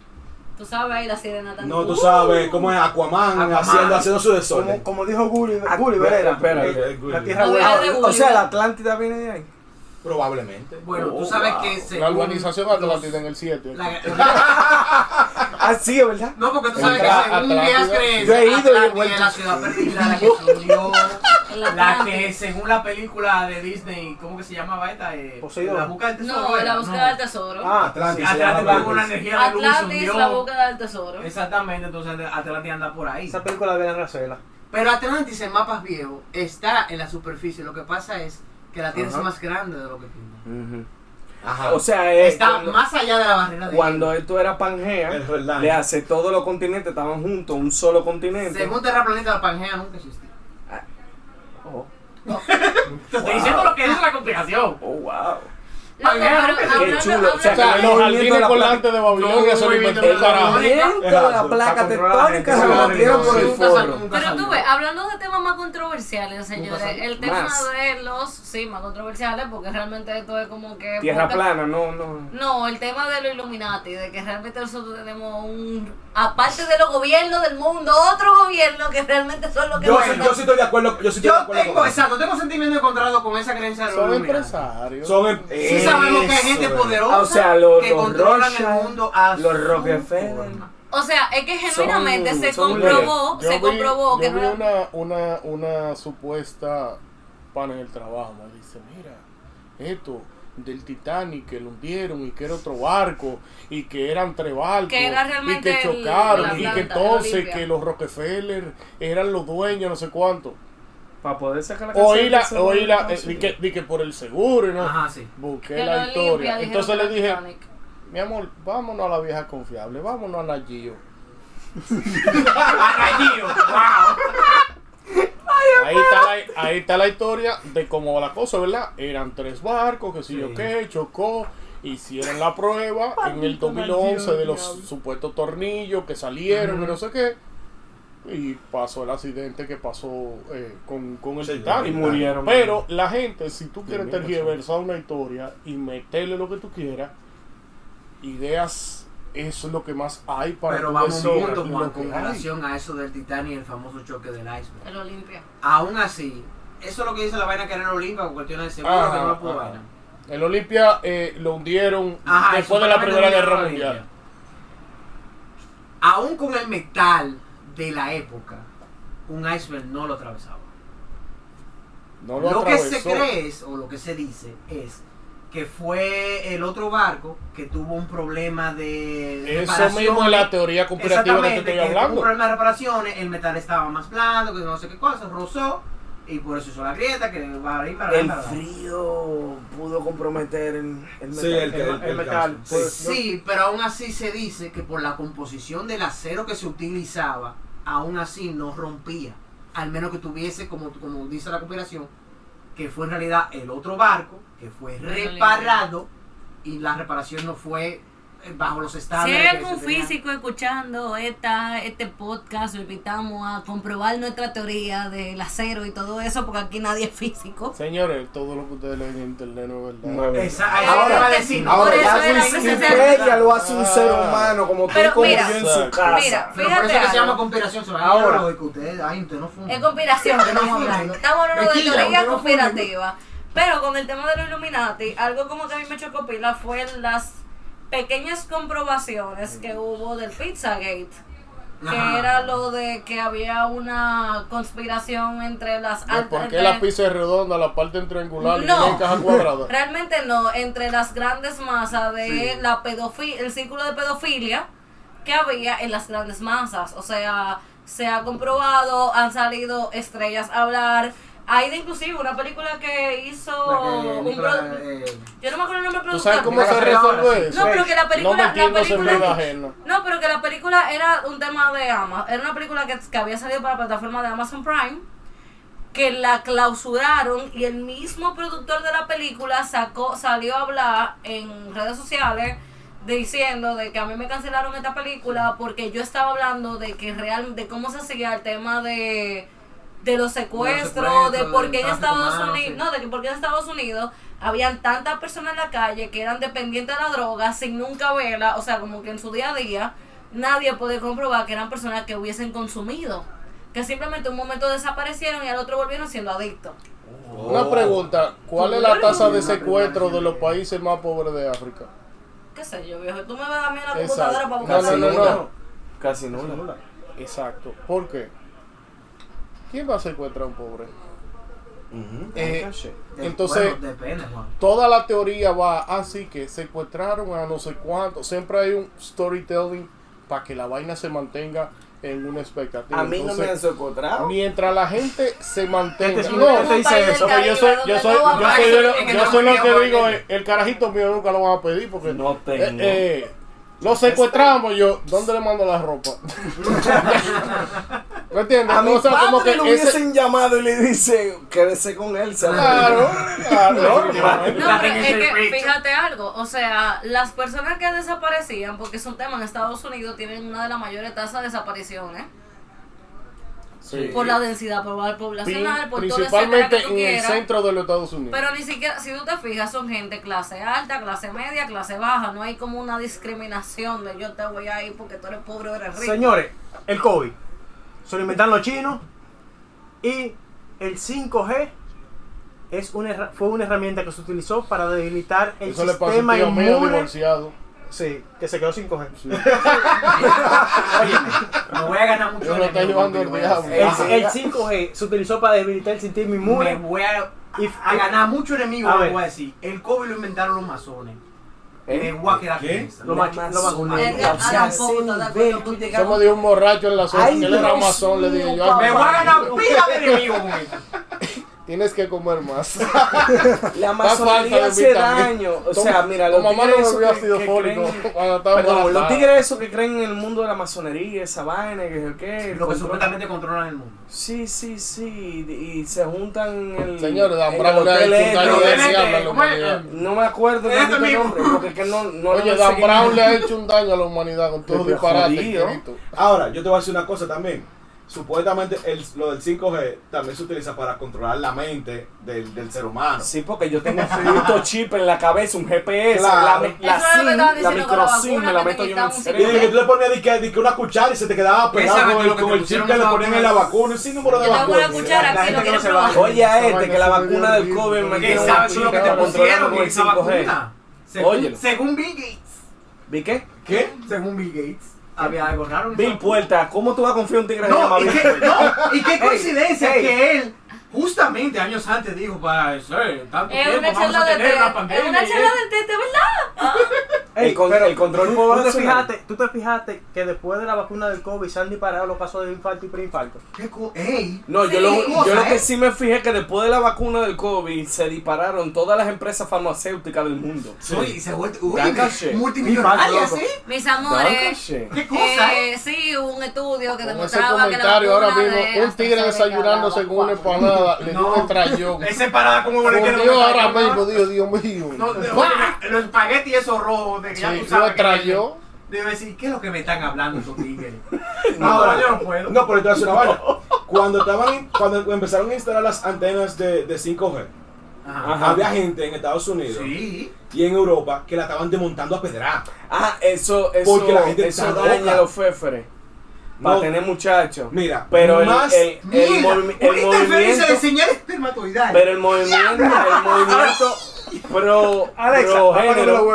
Speaker 4: Tú sabes, ahí la sirena tan-
Speaker 9: No, tú
Speaker 4: ¡Uh!
Speaker 9: sabes cómo es Aquaman,
Speaker 5: Aquaman.
Speaker 9: Haciendo, haciendo su
Speaker 2: Como,
Speaker 9: desorden.
Speaker 2: como dijo
Speaker 1: Ah,
Speaker 2: Gulliver, Gulliver era,
Speaker 1: espera,
Speaker 2: eh,
Speaker 9: espera,
Speaker 2: la
Speaker 4: Ah,
Speaker 2: tierra
Speaker 1: Ah,
Speaker 2: hueca.
Speaker 4: de
Speaker 1: o sea,
Speaker 4: Gulliver.
Speaker 1: la Atlántida viene de ahí.
Speaker 9: Probablemente.
Speaker 5: Bueno,
Speaker 1: Oh,
Speaker 5: tú sabes
Speaker 1: wow.
Speaker 5: que según
Speaker 7: La urbanización
Speaker 5: los-
Speaker 7: atlántida en el 7.
Speaker 5: la-
Speaker 1: Ah, sí, es verdad.
Speaker 5: no, porque tú sabes que
Speaker 7: Entra
Speaker 5: según
Speaker 7: Atlántida.
Speaker 5: viejas creencias,
Speaker 1: Yo he ido y he
Speaker 5: Atlántida
Speaker 1: vuelto.
Speaker 5: es la ciudad perdida, la que se hundió, la que según la película de Disney, ¿cómo que se llamaba esta? Eh,
Speaker 2: Poseidón.
Speaker 5: La busca del tesoro.
Speaker 4: No,
Speaker 5: era,
Speaker 4: la búsqueda del tesoro.
Speaker 2: Ah,
Speaker 9: Atlantis. se llama
Speaker 5: Atlantis
Speaker 9: la
Speaker 5: tuvo una
Speaker 9: película.
Speaker 5: energía de luz y se
Speaker 4: Atlantis, la
Speaker 5: hundió.
Speaker 4: boca del tesoro.
Speaker 5: Exactamente, entonces Atlantis anda por ahí.
Speaker 2: Esa película de la Racela.
Speaker 5: Pero Atlantis en mapas viejos está en la superficie, lo que pasa es que la Tierra es más grande de lo que pinta.
Speaker 9: Ajá.
Speaker 1: O sea,
Speaker 2: Eh,
Speaker 1: es
Speaker 5: Está
Speaker 1: cuando-
Speaker 5: más allá de la barrera de
Speaker 1: cuando esto era Pangea,
Speaker 9: El Red Line.
Speaker 1: le hace todos los continentes estaban juntos, un solo continente.
Speaker 5: Según Terraplaneta, la Pangea nunca existió.
Speaker 1: Oh,
Speaker 5: Te estoy diciendo lo que es la complicación.
Speaker 1: oh, wow.
Speaker 4: Loco, pero
Speaker 5: Pangea, qué
Speaker 4: hablando-
Speaker 1: chulo, o sea,
Speaker 7: O sea,
Speaker 1: El
Speaker 7: los
Speaker 1: movimiento de
Speaker 7: jardines
Speaker 1: la
Speaker 7: colgantes de Babilonia se lo inventó el carajo.
Speaker 5: Ahorita-
Speaker 1: Movimiento de la
Speaker 9: Exacto,
Speaker 1: placa
Speaker 2: para controlar la
Speaker 1: tectónica se
Speaker 2: gente.
Speaker 1: lo metieron por el
Speaker 7: Nunca
Speaker 1: forro.
Speaker 4: Pero tú ves, hablando de temas más controversiales, señores,
Speaker 5: salió.
Speaker 4: el tema
Speaker 1: Más.
Speaker 4: de los, sí, más controversiales, porque realmente esto es como que...
Speaker 1: Tierra
Speaker 4: poca-
Speaker 1: plana, no, no.
Speaker 4: No, el tema de los Illuminati, de que realmente nosotros tenemos un... Aparte de los gobiernos del mundo, otro gobierno que realmente son los que...
Speaker 9: Yo, sí-
Speaker 4: mandan.
Speaker 9: yo sí estoy de acuerdo. Yo sí estoy de
Speaker 5: Yo
Speaker 9: acuerdo
Speaker 5: tengo,
Speaker 9: con-
Speaker 5: exacto, tengo sentimiento encontrado con esa creencia de los
Speaker 7: Son
Speaker 5: Illuminati.
Speaker 7: empresarios.
Speaker 9: Son em-
Speaker 5: Sí sabemos que hay gente
Speaker 9: Eso,
Speaker 5: poderosa
Speaker 1: Ah, o sea, los-
Speaker 5: que
Speaker 1: los
Speaker 5: controlan
Speaker 1: Rothschild,
Speaker 5: el mundo a
Speaker 1: los
Speaker 5: su
Speaker 1: Rockefeller.
Speaker 5: forma.
Speaker 4: O sea, es que genuinamente
Speaker 1: Son-
Speaker 4: se
Speaker 1: son
Speaker 4: comprobó,
Speaker 7: Yo
Speaker 4: Oh, se
Speaker 7: vi-
Speaker 4: comprobó
Speaker 7: yo
Speaker 4: que
Speaker 7: vi
Speaker 4: no...
Speaker 7: una, una, una supuesta pan en el trabajo. Me dice, mira, esto del Titanic que lo hundieron y que era otro barco y que eran tres barcos
Speaker 4: Que era
Speaker 7: y
Speaker 4: realmente
Speaker 7: que
Speaker 4: el-
Speaker 7: chocaron
Speaker 4: la
Speaker 7: y
Speaker 4: planta,
Speaker 7: que entonces
Speaker 4: Olimpia.
Speaker 7: que los Rockefeller eran los dueños no sé cuánto
Speaker 1: Para poder sacar la canción
Speaker 7: oí
Speaker 1: del
Speaker 7: la
Speaker 1: seguro,
Speaker 7: oí la
Speaker 1: no
Speaker 7: eh,
Speaker 1: sé.
Speaker 7: di que, di que por el seguro y no
Speaker 5: Ajá, sí.
Speaker 7: busqué
Speaker 4: Que
Speaker 7: la
Speaker 4: los
Speaker 7: historia
Speaker 4: Olimpia dijeron
Speaker 7: entonces
Speaker 4: que
Speaker 7: le
Speaker 4: era
Speaker 7: dije
Speaker 4: Titanic.
Speaker 7: mi amor vámonos a la vieja confiable vámonos a la Gio
Speaker 5: Arrañío, wow.
Speaker 7: Ahí está, la, ahí está la historia de cómo va la cosa, ¿verdad? Eran tres barcos, que si yo qué, chocó, hicieron la prueba en el 2011 de los supuestos tornillos que salieron, que no sé qué. Y pasó el accidente que pasó eh, con, con el
Speaker 9: Sí,
Speaker 7: Titanic.
Speaker 1: y murieron.
Speaker 7: Pero la gente, si tú quieres
Speaker 1: Murieron,
Speaker 7: tergiversar una historia y meterle lo que tú quieras, ideas eso es lo que más hay para
Speaker 5: Pero
Speaker 7: tú
Speaker 5: vamos
Speaker 7: decir
Speaker 5: juntos, Juan,
Speaker 7: y Pues lo que
Speaker 5: con
Speaker 7: hay.
Speaker 5: relación a eso del Titanic y el famoso choque del iceberg.
Speaker 4: El Olimpia.
Speaker 5: Aún así, eso es lo que dice la vaina que era en Olimpia, con cuestiones de seguro,
Speaker 7: Ajá,
Speaker 5: que no lo puedo
Speaker 7: ajá.
Speaker 5: vaina.
Speaker 7: El Olimpia eh, lo hundieron
Speaker 5: Ajá,
Speaker 7: después
Speaker 5: eso
Speaker 7: de la
Speaker 5: fue
Speaker 7: Primera
Speaker 5: lo que
Speaker 7: Guerra
Speaker 5: dijeron en
Speaker 7: Mundial.
Speaker 5: Olimpia. aún con el metal de la época, un iceberg no lo atravesaba.
Speaker 7: No
Speaker 5: Lo,
Speaker 7: lo,
Speaker 5: que
Speaker 7: atravesó.
Speaker 5: se cree es, o lo que se dice es que fue el otro barco que tuvo un problema de
Speaker 7: Eso mismo es la teoría conspirativa que te
Speaker 5: Exactamente,
Speaker 7: estoy
Speaker 5: que hubo un
Speaker 7: hablando.
Speaker 5: problema de reparaciones, el metal estaba más blando, que no sé qué cosa, rozó y por eso hizo la grieta, que va a ir para
Speaker 1: El
Speaker 5: para-
Speaker 1: frío pudo comprometer el, el metal.
Speaker 9: Sí, el, que-
Speaker 2: El-
Speaker 9: el-
Speaker 2: el
Speaker 9: el
Speaker 2: metal.
Speaker 9: caso. Sí.
Speaker 5: Sí, pero aún así se dice que por la composición del acero que se utilizaba, aún así no rompía. Al menos que tuviese, como, como dice la cooperación, que fue en realidad el otro barco, que fue reparado y la reparación no fue eh, bajo los
Speaker 4: Si
Speaker 5: estándares.
Speaker 4: hay
Speaker 5: que
Speaker 4: algún
Speaker 5: se tenían.
Speaker 4: físico escuchando esta, este podcast, lo invitamos a comprobar nuestra teoría del acero y todo eso, porque aquí nadie es físico.
Speaker 7: Señores, todo lo que ustedes leen en internet no es verdad.
Speaker 5: Esa- ahí ahora va a decir,
Speaker 4: Por
Speaker 1: Ahora
Speaker 4: eso
Speaker 1: ya
Speaker 4: era
Speaker 1: Wikipedia
Speaker 5: presencial.
Speaker 1: lo hace un
Speaker 9: Ah.
Speaker 1: ser humano como tú
Speaker 4: Pero
Speaker 1: como yo
Speaker 4: mira,
Speaker 1: en su casa.
Speaker 4: Mira,
Speaker 5: Pero por eso
Speaker 4: fíjate.
Speaker 5: que se llama
Speaker 4: algo.
Speaker 5: conspiración. se va a
Speaker 2: Ahora.
Speaker 5: llevar lo que ustedes- ay, usted no fuma.
Speaker 4: Es conspiración que estamos hablando. Estamos hablando de
Speaker 5: Mentira,
Speaker 4: teoría
Speaker 5: usted no fue
Speaker 4: conspirativa. Pero con el tema de los Illuminati, algo como que a mí me chocó pila fue las pequeñas comprobaciones que hubo del Pizzagate.
Speaker 5: Ajá.
Speaker 4: Que era lo de que había una conspiración entre las
Speaker 7: No, ¿Por qué
Speaker 4: entre-
Speaker 7: la pizza es redonda, la parte es triangular y
Speaker 4: No.
Speaker 7: no en caja cuadrada?
Speaker 4: Realmente no, entre las grandes masas de la pedofilia, el círculo de pedofilia que había en las grandes masas. O sea, se ha comprobado, han salido estrellas a hablar. Hay de inclusive una película que hizo
Speaker 5: La que
Speaker 4: un
Speaker 5: Nicolás,
Speaker 4: produ-
Speaker 5: eh,
Speaker 4: yo no me acuerdo el nombre del
Speaker 7: ¿Tú sabes
Speaker 4: productor.
Speaker 7: cómo se
Speaker 5: Ahora,
Speaker 7: resuelve eso?
Speaker 4: No, pero que la
Speaker 7: No
Speaker 4: película, la
Speaker 7: metiéndose en vida
Speaker 4: película
Speaker 7: ajena.
Speaker 4: no, pero que la película era un tema de Amazon. Era una película que, que había salido para la plataforma de Amazon Prime. Que la clausuraron y el mismo productor de la película sacó, salió a hablar en redes sociales diciendo de que a mí me cancelaron esta película porque yo estaba hablando de que real, de cómo se hacía el tema de, de los secuestros,
Speaker 5: secuestros,
Speaker 4: de por qué
Speaker 5: del
Speaker 4: en
Speaker 5: tráfico
Speaker 4: Estados
Speaker 5: humano,
Speaker 4: Unidos,
Speaker 5: sí.
Speaker 4: no, de que por qué en Estados Unidos habían tantas personas en la calle que eran dependientes de la droga sin nunca verla, o sea, como que en su día a día nadie puede comprobar que eran personas que hubiesen consumido, que simplemente un momento desaparecieron y al otro volvieron siendo adictos.
Speaker 7: Una pregunta, ¿cuál es la
Speaker 4: Claro.
Speaker 7: tasa de secuestro de los países más pobres de África?
Speaker 4: ¿Qué sé yo, viejo? Tú me vas a mí una
Speaker 7: Exacto.
Speaker 4: computadora para
Speaker 7: No,
Speaker 4: buscar
Speaker 7: no, no, no.
Speaker 1: Casi
Speaker 2: Eso es
Speaker 1: nula.
Speaker 2: nula.
Speaker 7: Exacto. ¿Por qué? ¿Quién va a secuestrar a un pobre? Eh,
Speaker 5: de-
Speaker 7: entonces,
Speaker 5: bueno, depende, Juan.
Speaker 7: toda la teoría va así que secuestraron a no sé cuánto. Siempre hay un storytelling para que la vaina se mantenga en una expectativa.
Speaker 1: A mí no me
Speaker 7: Entonces,
Speaker 1: han secuestrado.
Speaker 7: mientras la gente se mantenga.
Speaker 2: Este es un-
Speaker 7: No,
Speaker 2: este dice eso,
Speaker 7: no, yo soy, yo soy, yo soy, de lo-
Speaker 5: En el
Speaker 7: yo soy lo
Speaker 5: Romeo,
Speaker 7: que digo,
Speaker 5: en el-
Speaker 7: eh, el carajito mío nunca lo van a pedir porque
Speaker 1: No tengo.
Speaker 7: Eh, eh, lo secuestramos yo, ¿dónde le mando la ropa? ¿Me entiendes?
Speaker 1: A mi
Speaker 7: O sea, como
Speaker 1: padre
Speaker 7: que
Speaker 1: lo
Speaker 7: ese-
Speaker 1: hubiesen llamado y le dicen, quédese con él. ¿sabes?
Speaker 7: Claro, claro.
Speaker 4: No, pero es que fíjate algo, o sea, las personas que desaparecían, porque es un tema en Estados Unidos, tienen una de las mayores tasas de desapariciones,
Speaker 7: Sí.
Speaker 4: por la densidad proba-
Speaker 7: Prin-
Speaker 4: poblacional, por todo
Speaker 7: Principalmente
Speaker 4: que tú
Speaker 7: en el
Speaker 4: quieras.
Speaker 7: centro de los Estados Unidos.
Speaker 4: Pero ni siquiera, si tú te fijas, son gente clase alta, clase media, clase baja, no hay como una discriminación de yo te voy a ir porque tú eres pobre o eres rico.
Speaker 2: Señores, el COVID. Se lo inventaron los chinos. Y el 5G es una, herra- fue una herramienta que se utilizó para debilitar el
Speaker 7: Eso le pasó a un
Speaker 2: sistema
Speaker 7: tío mío
Speaker 2: inmune.
Speaker 7: divorciado.
Speaker 2: Sí, que se quedó 5G.
Speaker 5: Óyeme, me voy a ganar mucho
Speaker 7: Yo lo está
Speaker 5: dinero
Speaker 7: llevando
Speaker 5: contigo,
Speaker 7: el
Speaker 5: voy a
Speaker 7: diablo.
Speaker 2: El,
Speaker 5: hacer-
Speaker 2: el 5G se utilizó para debilitar el sistema
Speaker 5: Me
Speaker 2: inmune.
Speaker 5: voy a,
Speaker 2: Y,
Speaker 5: a ganar mucho enemigo,
Speaker 2: A
Speaker 5: me
Speaker 2: ver.
Speaker 5: voy a decir. El COVID lo inventaron los masones. Me
Speaker 1: ¿Eh?
Speaker 5: voy a quedar con
Speaker 9: ¿Qué?
Speaker 5: esa.
Speaker 2: Lo macho- lo macho-
Speaker 1: Amazonas.
Speaker 4: Es que
Speaker 1: O sea,
Speaker 4: Adam
Speaker 1: ese
Speaker 4: Poe está de acuerdo
Speaker 1: nivel, tú
Speaker 4: contigo.
Speaker 1: llegas-
Speaker 7: Somos de un borracho en la zona.
Speaker 1: Ay,
Speaker 7: que él era
Speaker 1: Dios
Speaker 7: masón, le dije yo.
Speaker 1: mío,
Speaker 7: ay,
Speaker 5: Me voy a ganar pila de enemigo con esto.
Speaker 7: Tienes que comer más.
Speaker 1: La
Speaker 7: Más
Speaker 1: masonería hace
Speaker 7: vitamina.
Speaker 1: daño. O
Speaker 7: Toma-
Speaker 1: sea, mira, los
Speaker 7: tu mamá no
Speaker 1: tigres esos
Speaker 7: bebió
Speaker 1: que-
Speaker 7: ácido
Speaker 1: que
Speaker 7: fólico
Speaker 1: creen-
Speaker 7: cuando estaba
Speaker 1: Perdón, los
Speaker 7: embarazada.
Speaker 1: tigres esos que creen en el mundo de la masonería, esa vaina, que es el que. el
Speaker 5: Lo que
Speaker 1: control-
Speaker 5: supuestamente controlan el mundo.
Speaker 1: Sí, sí, sí. Y y se juntan en el.
Speaker 7: Señores, Dan
Speaker 1: en
Speaker 7: Bravo
Speaker 1: el
Speaker 7: le ha
Speaker 1: hotel
Speaker 7: hecho un daño
Speaker 1: este.
Speaker 7: deseable a la
Speaker 5: ¿Cómo es?
Speaker 7: humanidad.
Speaker 1: No me acuerdo
Speaker 5: Este
Speaker 1: tanto el
Speaker 5: mismo.
Speaker 1: nombre, porque es que no, no le
Speaker 7: Oye,
Speaker 1: doy
Speaker 7: Dan
Speaker 1: seguimiento.
Speaker 7: Brown le ha hecho un daño a la humanidad con todo
Speaker 1: Pero
Speaker 7: disparate,
Speaker 1: jodido.
Speaker 7: querido.
Speaker 9: Ahora, yo te voy a decir una cosa también. Supuestamente el- lo del 5G también se utiliza para controlar la mente del, del ser humano.
Speaker 1: Sí, porque yo tengo un puto chip en la cabeza, un GPS,
Speaker 9: Claro.
Speaker 1: la, me- la
Speaker 4: Eso es lo que estaba
Speaker 1: SIM, la
Speaker 4: diciendo con la
Speaker 1: micro SIM,
Speaker 4: vacuna
Speaker 1: me la
Speaker 4: que
Speaker 1: meto yo en el
Speaker 4: necesitamos
Speaker 9: Y de que tú
Speaker 1: cerebro.
Speaker 9: le ponías de que, de que una cuchara y se te quedaba
Speaker 5: Esa
Speaker 9: pegada
Speaker 5: vez
Speaker 9: con,
Speaker 5: lo
Speaker 9: el-
Speaker 5: que
Speaker 9: con
Speaker 5: te
Speaker 9: el chip
Speaker 5: pusieron
Speaker 9: que le
Speaker 5: los
Speaker 9: ponían en la
Speaker 5: vacunas.
Speaker 9: vacuna, sin número de
Speaker 4: Yo tengo una
Speaker 9: vacunas.
Speaker 4: cuchara aquí,
Speaker 5: La gente
Speaker 4: lo
Speaker 5: no
Speaker 4: quieres
Speaker 5: se
Speaker 4: probar.
Speaker 5: va.
Speaker 1: Oye a este
Speaker 7: vaina
Speaker 1: que la
Speaker 7: se me
Speaker 1: vacuna
Speaker 7: dio
Speaker 1: del
Speaker 7: bien,
Speaker 1: COVID
Speaker 7: bro.
Speaker 1: me
Speaker 5: ¿Qué
Speaker 7: ¿Qué
Speaker 1: tiene un
Speaker 5: sabes tú lo que te
Speaker 1: chip controlando
Speaker 5: pusieron
Speaker 1: con
Speaker 5: con
Speaker 1: el
Speaker 5: esa
Speaker 1: 5G.
Speaker 5: vacuna? Según,
Speaker 1: Óyelo.
Speaker 5: según Bill Gates.
Speaker 1: ¿Vi qué?
Speaker 9: ¿Qué?
Speaker 5: Según Bill Gates. había algo raro. en
Speaker 1: Bill
Speaker 5: eso.
Speaker 1: Puerta, ¿cómo tú vas a confiar en un tigre que se llama
Speaker 5: No, y
Speaker 1: Bill
Speaker 5: qué,
Speaker 1: Puerta?
Speaker 5: no, y qué coincidencia
Speaker 1: ey.
Speaker 5: que él justamente años antes dijo para eso, eh, tanto
Speaker 4: Es
Speaker 5: tiempo
Speaker 4: una
Speaker 5: vamos
Speaker 7: pues
Speaker 5: a
Speaker 4: charla de
Speaker 5: tener
Speaker 4: tete.
Speaker 5: una
Speaker 4: Es
Speaker 5: pandemia.
Speaker 4: una
Speaker 5: y
Speaker 4: charla
Speaker 7: ¿eh?
Speaker 5: esto.
Speaker 4: de tete, ¿verdad?
Speaker 1: El, con- el control
Speaker 2: ¿Tú te,
Speaker 1: poblacional.
Speaker 2: fijaste, tú te fijaste que después de la vacuna del COVID se han disparado los casos de infarto y preinfarto.
Speaker 5: Qué co- ey.
Speaker 1: No, yo,
Speaker 4: Sí,
Speaker 1: lo,
Speaker 5: cosa,
Speaker 1: yo lo que
Speaker 5: ¿eh?
Speaker 1: sí me fijé es que después de la vacuna del COVID se dispararon todas las empresas farmacéuticas del mundo.
Speaker 5: Oye, y se ha vuelto uy,
Speaker 1: Dan caché.
Speaker 5: multimillonaria,
Speaker 2: Loco.
Speaker 5: ¿sí?
Speaker 4: Mis
Speaker 1: Danke
Speaker 4: amores.
Speaker 1: schön.
Speaker 5: Qué cosa, eh.
Speaker 4: Eh, sí, hubo un estudio que
Speaker 7: Con ese
Speaker 4: demostraba que la
Speaker 7: comentario ahora
Speaker 4: vacuna
Speaker 7: mismo,
Speaker 4: de
Speaker 7: un tigre
Speaker 4: AstraZeneca
Speaker 7: desayunándose
Speaker 4: daba
Speaker 7: con una
Speaker 4: cuatro.
Speaker 7: empanada, le dio un
Speaker 5: No.
Speaker 7: estrellón.
Speaker 5: Esa empanada como le quiero
Speaker 7: Fundió ahora
Speaker 5: meter,
Speaker 7: mismo, Dios, Dios mío.
Speaker 5: No, no, oye, los espaguetis esos rojos de que ya
Speaker 7: Sí,
Speaker 5: tú
Speaker 7: lo
Speaker 5: sabes. que
Speaker 7: estrelló.
Speaker 5: Debe decir, ¿qué es lo que me están hablando estos tigres?
Speaker 3: No,
Speaker 5: Ahora
Speaker 3: no.
Speaker 5: yo no puedo.
Speaker 3: No, pero te voy a decir una vaina. Cuando, estaban, cuando empezaron a instalar las antenas de, de 5G,
Speaker 5: Ajá.
Speaker 3: había gente en Estados Unidos
Speaker 5: Sí.
Speaker 3: y en Europa que la estaban desmontando a pedrar.
Speaker 1: Ah, eso, eso,
Speaker 3: Porque la gente
Speaker 1: eso
Speaker 3: está
Speaker 1: daña
Speaker 3: loca.
Speaker 1: a los féferes. Para
Speaker 3: No.
Speaker 1: tener muchachos.
Speaker 3: Mira,
Speaker 1: pero el,
Speaker 3: más-
Speaker 1: el- el
Speaker 5: Mira,
Speaker 1: movi- el
Speaker 5: una interferencia de
Speaker 1: movimiento.
Speaker 5: señal espermatoidal.
Speaker 1: Pero el movimiento, el movimiento pro, pro género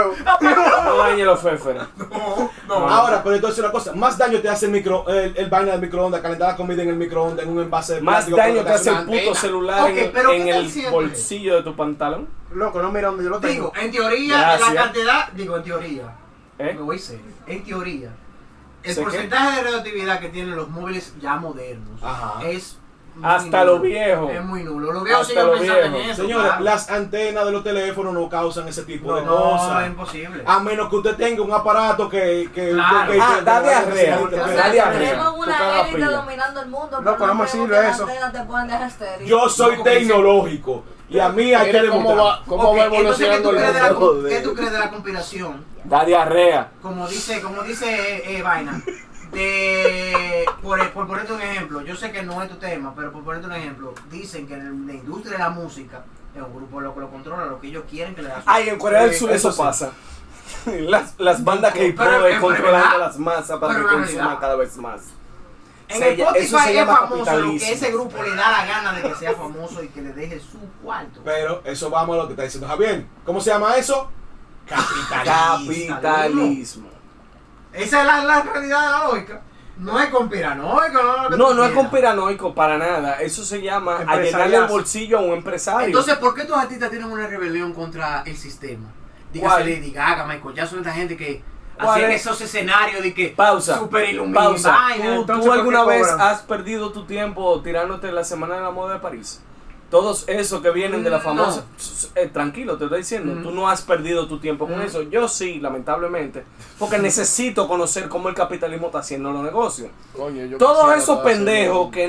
Speaker 1: no daña a los féferes.
Speaker 5: no, no.
Speaker 3: Ahora, pero entonces una cosa, más daño te hace el micro, el, el vaina del microondas, calentar la comida en el microondas, en un envase de
Speaker 1: Más
Speaker 3: plástico,
Speaker 1: daño
Speaker 3: pero
Speaker 1: te hace el
Speaker 3: una
Speaker 1: puto
Speaker 3: antena.
Speaker 1: celular
Speaker 5: Ok,
Speaker 1: en-
Speaker 5: pero
Speaker 1: en,
Speaker 5: ¿qué tal
Speaker 1: el
Speaker 5: siempre?
Speaker 1: bolsillo de tu pantalón.
Speaker 2: Loco, no mira donde yo lo tengo.
Speaker 5: Digo, en teoría,
Speaker 1: Gracias.
Speaker 5: la cantidad, digo, en teoría,
Speaker 1: ¿Eh?
Speaker 5: me voy serio, en teoría, el
Speaker 1: ¿Sé qué?
Speaker 5: porcentaje de radioactividad que tienen los móviles ya modernos
Speaker 3: Ajá.
Speaker 1: Eh,
Speaker 5: es muy
Speaker 1: Ah. Hasta
Speaker 5: nulo.
Speaker 1: lo viejo.
Speaker 5: Es muy nulo. Los viejos
Speaker 1: Hasta
Speaker 5: siguen
Speaker 1: lo
Speaker 5: pensando en
Speaker 1: viejo.
Speaker 5: eso.
Speaker 3: Señores,
Speaker 5: claro.
Speaker 3: las antenas de los teléfonos no causan ese tipo
Speaker 5: no,
Speaker 3: de
Speaker 5: no,
Speaker 3: cosas.
Speaker 5: es imposible.
Speaker 3: A menos que usted tenga un aparato que. que,
Speaker 5: Claro.
Speaker 3: que- que-
Speaker 1: Ah,
Speaker 3: que-
Speaker 1: da
Speaker 3: que-
Speaker 1: diarrea.
Speaker 3: que- que-
Speaker 4: O
Speaker 1: Dale
Speaker 4: sea,
Speaker 1: diarrea.
Speaker 4: tenemos
Speaker 1: Tú cagas
Speaker 4: una élite
Speaker 1: pila.
Speaker 4: dominando el mundo. pero
Speaker 3: Loco, no me
Speaker 4: creo
Speaker 3: sirve
Speaker 4: que las
Speaker 3: eso.
Speaker 4: antenas te puedan dejar estéril.
Speaker 3: Yo soy
Speaker 5: No, porque sí.
Speaker 3: tecnológico. Y a mí hay que
Speaker 7: Mira cómo
Speaker 3: demostrar.
Speaker 7: va, cómo
Speaker 5: Ok,
Speaker 7: va
Speaker 5: entonces, ¿qué tú,
Speaker 7: evolucionando el
Speaker 5: crees de la,
Speaker 7: mundo.
Speaker 5: con- ¿qué tú crees de la conspiración?
Speaker 1: Da diarrea.
Speaker 5: Como dice, como dice eh, eh, Vaina, de, por, por ponerte un ejemplo, yo sé que no es tu tema, pero por ponerte un ejemplo, dicen que en el- la industria de la música, es un grupo lo que lo controla, lo que ellos quieren que le da su-
Speaker 1: Ay, en Corea del
Speaker 3: Sí,
Speaker 1: Sur Eh, eso
Speaker 3: eso sí.
Speaker 1: pasa. Las, las bandas que
Speaker 5: Pero es
Speaker 1: pop
Speaker 5: verdad.
Speaker 1: controlando las masas
Speaker 5: Pero
Speaker 1: para que
Speaker 5: es
Speaker 1: consuman
Speaker 5: verdad.
Speaker 1: cada vez más.
Speaker 5: En
Speaker 1: Se-
Speaker 5: el Spotify
Speaker 1: eso se
Speaker 5: es
Speaker 1: llama
Speaker 5: famoso lo que
Speaker 1: capitalismo.
Speaker 5: ese grupo le da la gana de que sea famoso y que le deje su cuarto.
Speaker 3: Pero eso vamos a lo que está diciendo Javier. ¿Cómo se llama eso? Capitalismo.
Speaker 1: Capitalismo.
Speaker 5: Esa es la, la realidad de la lógica. No es conspiranoico, no es lo que tú
Speaker 1: No, no es
Speaker 5: quieras.
Speaker 1: conspiranoico para nada. Eso se llama
Speaker 2: Empresariazo.
Speaker 1: allanarle el bolsillo a un empresario.
Speaker 5: Entonces, ¿por qué estos artistas tienen una rebelión contra el sistema? Dígase
Speaker 1: ¿Cuál?
Speaker 5: Lady Gaga, Michael Jackson, esta gente que
Speaker 1: ¿Cuál
Speaker 5: hacían
Speaker 1: es?
Speaker 5: esos escenarios de que
Speaker 1: pausa.
Speaker 5: super iluminados.
Speaker 1: pausa. ¿Tú,
Speaker 2: entonces,
Speaker 1: tú
Speaker 2: ¿por qué
Speaker 1: alguna vez
Speaker 2: cobran?
Speaker 1: has perdido tu tiempo tirándote la Semana de la Moda de París? Todos esos que vienen de la
Speaker 5: No.
Speaker 1: famosa... S- eh, tranquilo, te estoy diciendo.
Speaker 5: Mm.
Speaker 1: Tú no has perdido tu tiempo con
Speaker 5: Mm.
Speaker 1: eso. Yo sí, lamentablemente. Porque necesito conocer cómo el capitalismo está haciendo los negocios.
Speaker 7: Coño, yo
Speaker 1: Todos
Speaker 7: quisiera
Speaker 1: esos
Speaker 7: estar
Speaker 1: pendejos
Speaker 7: haciendo-
Speaker 1: que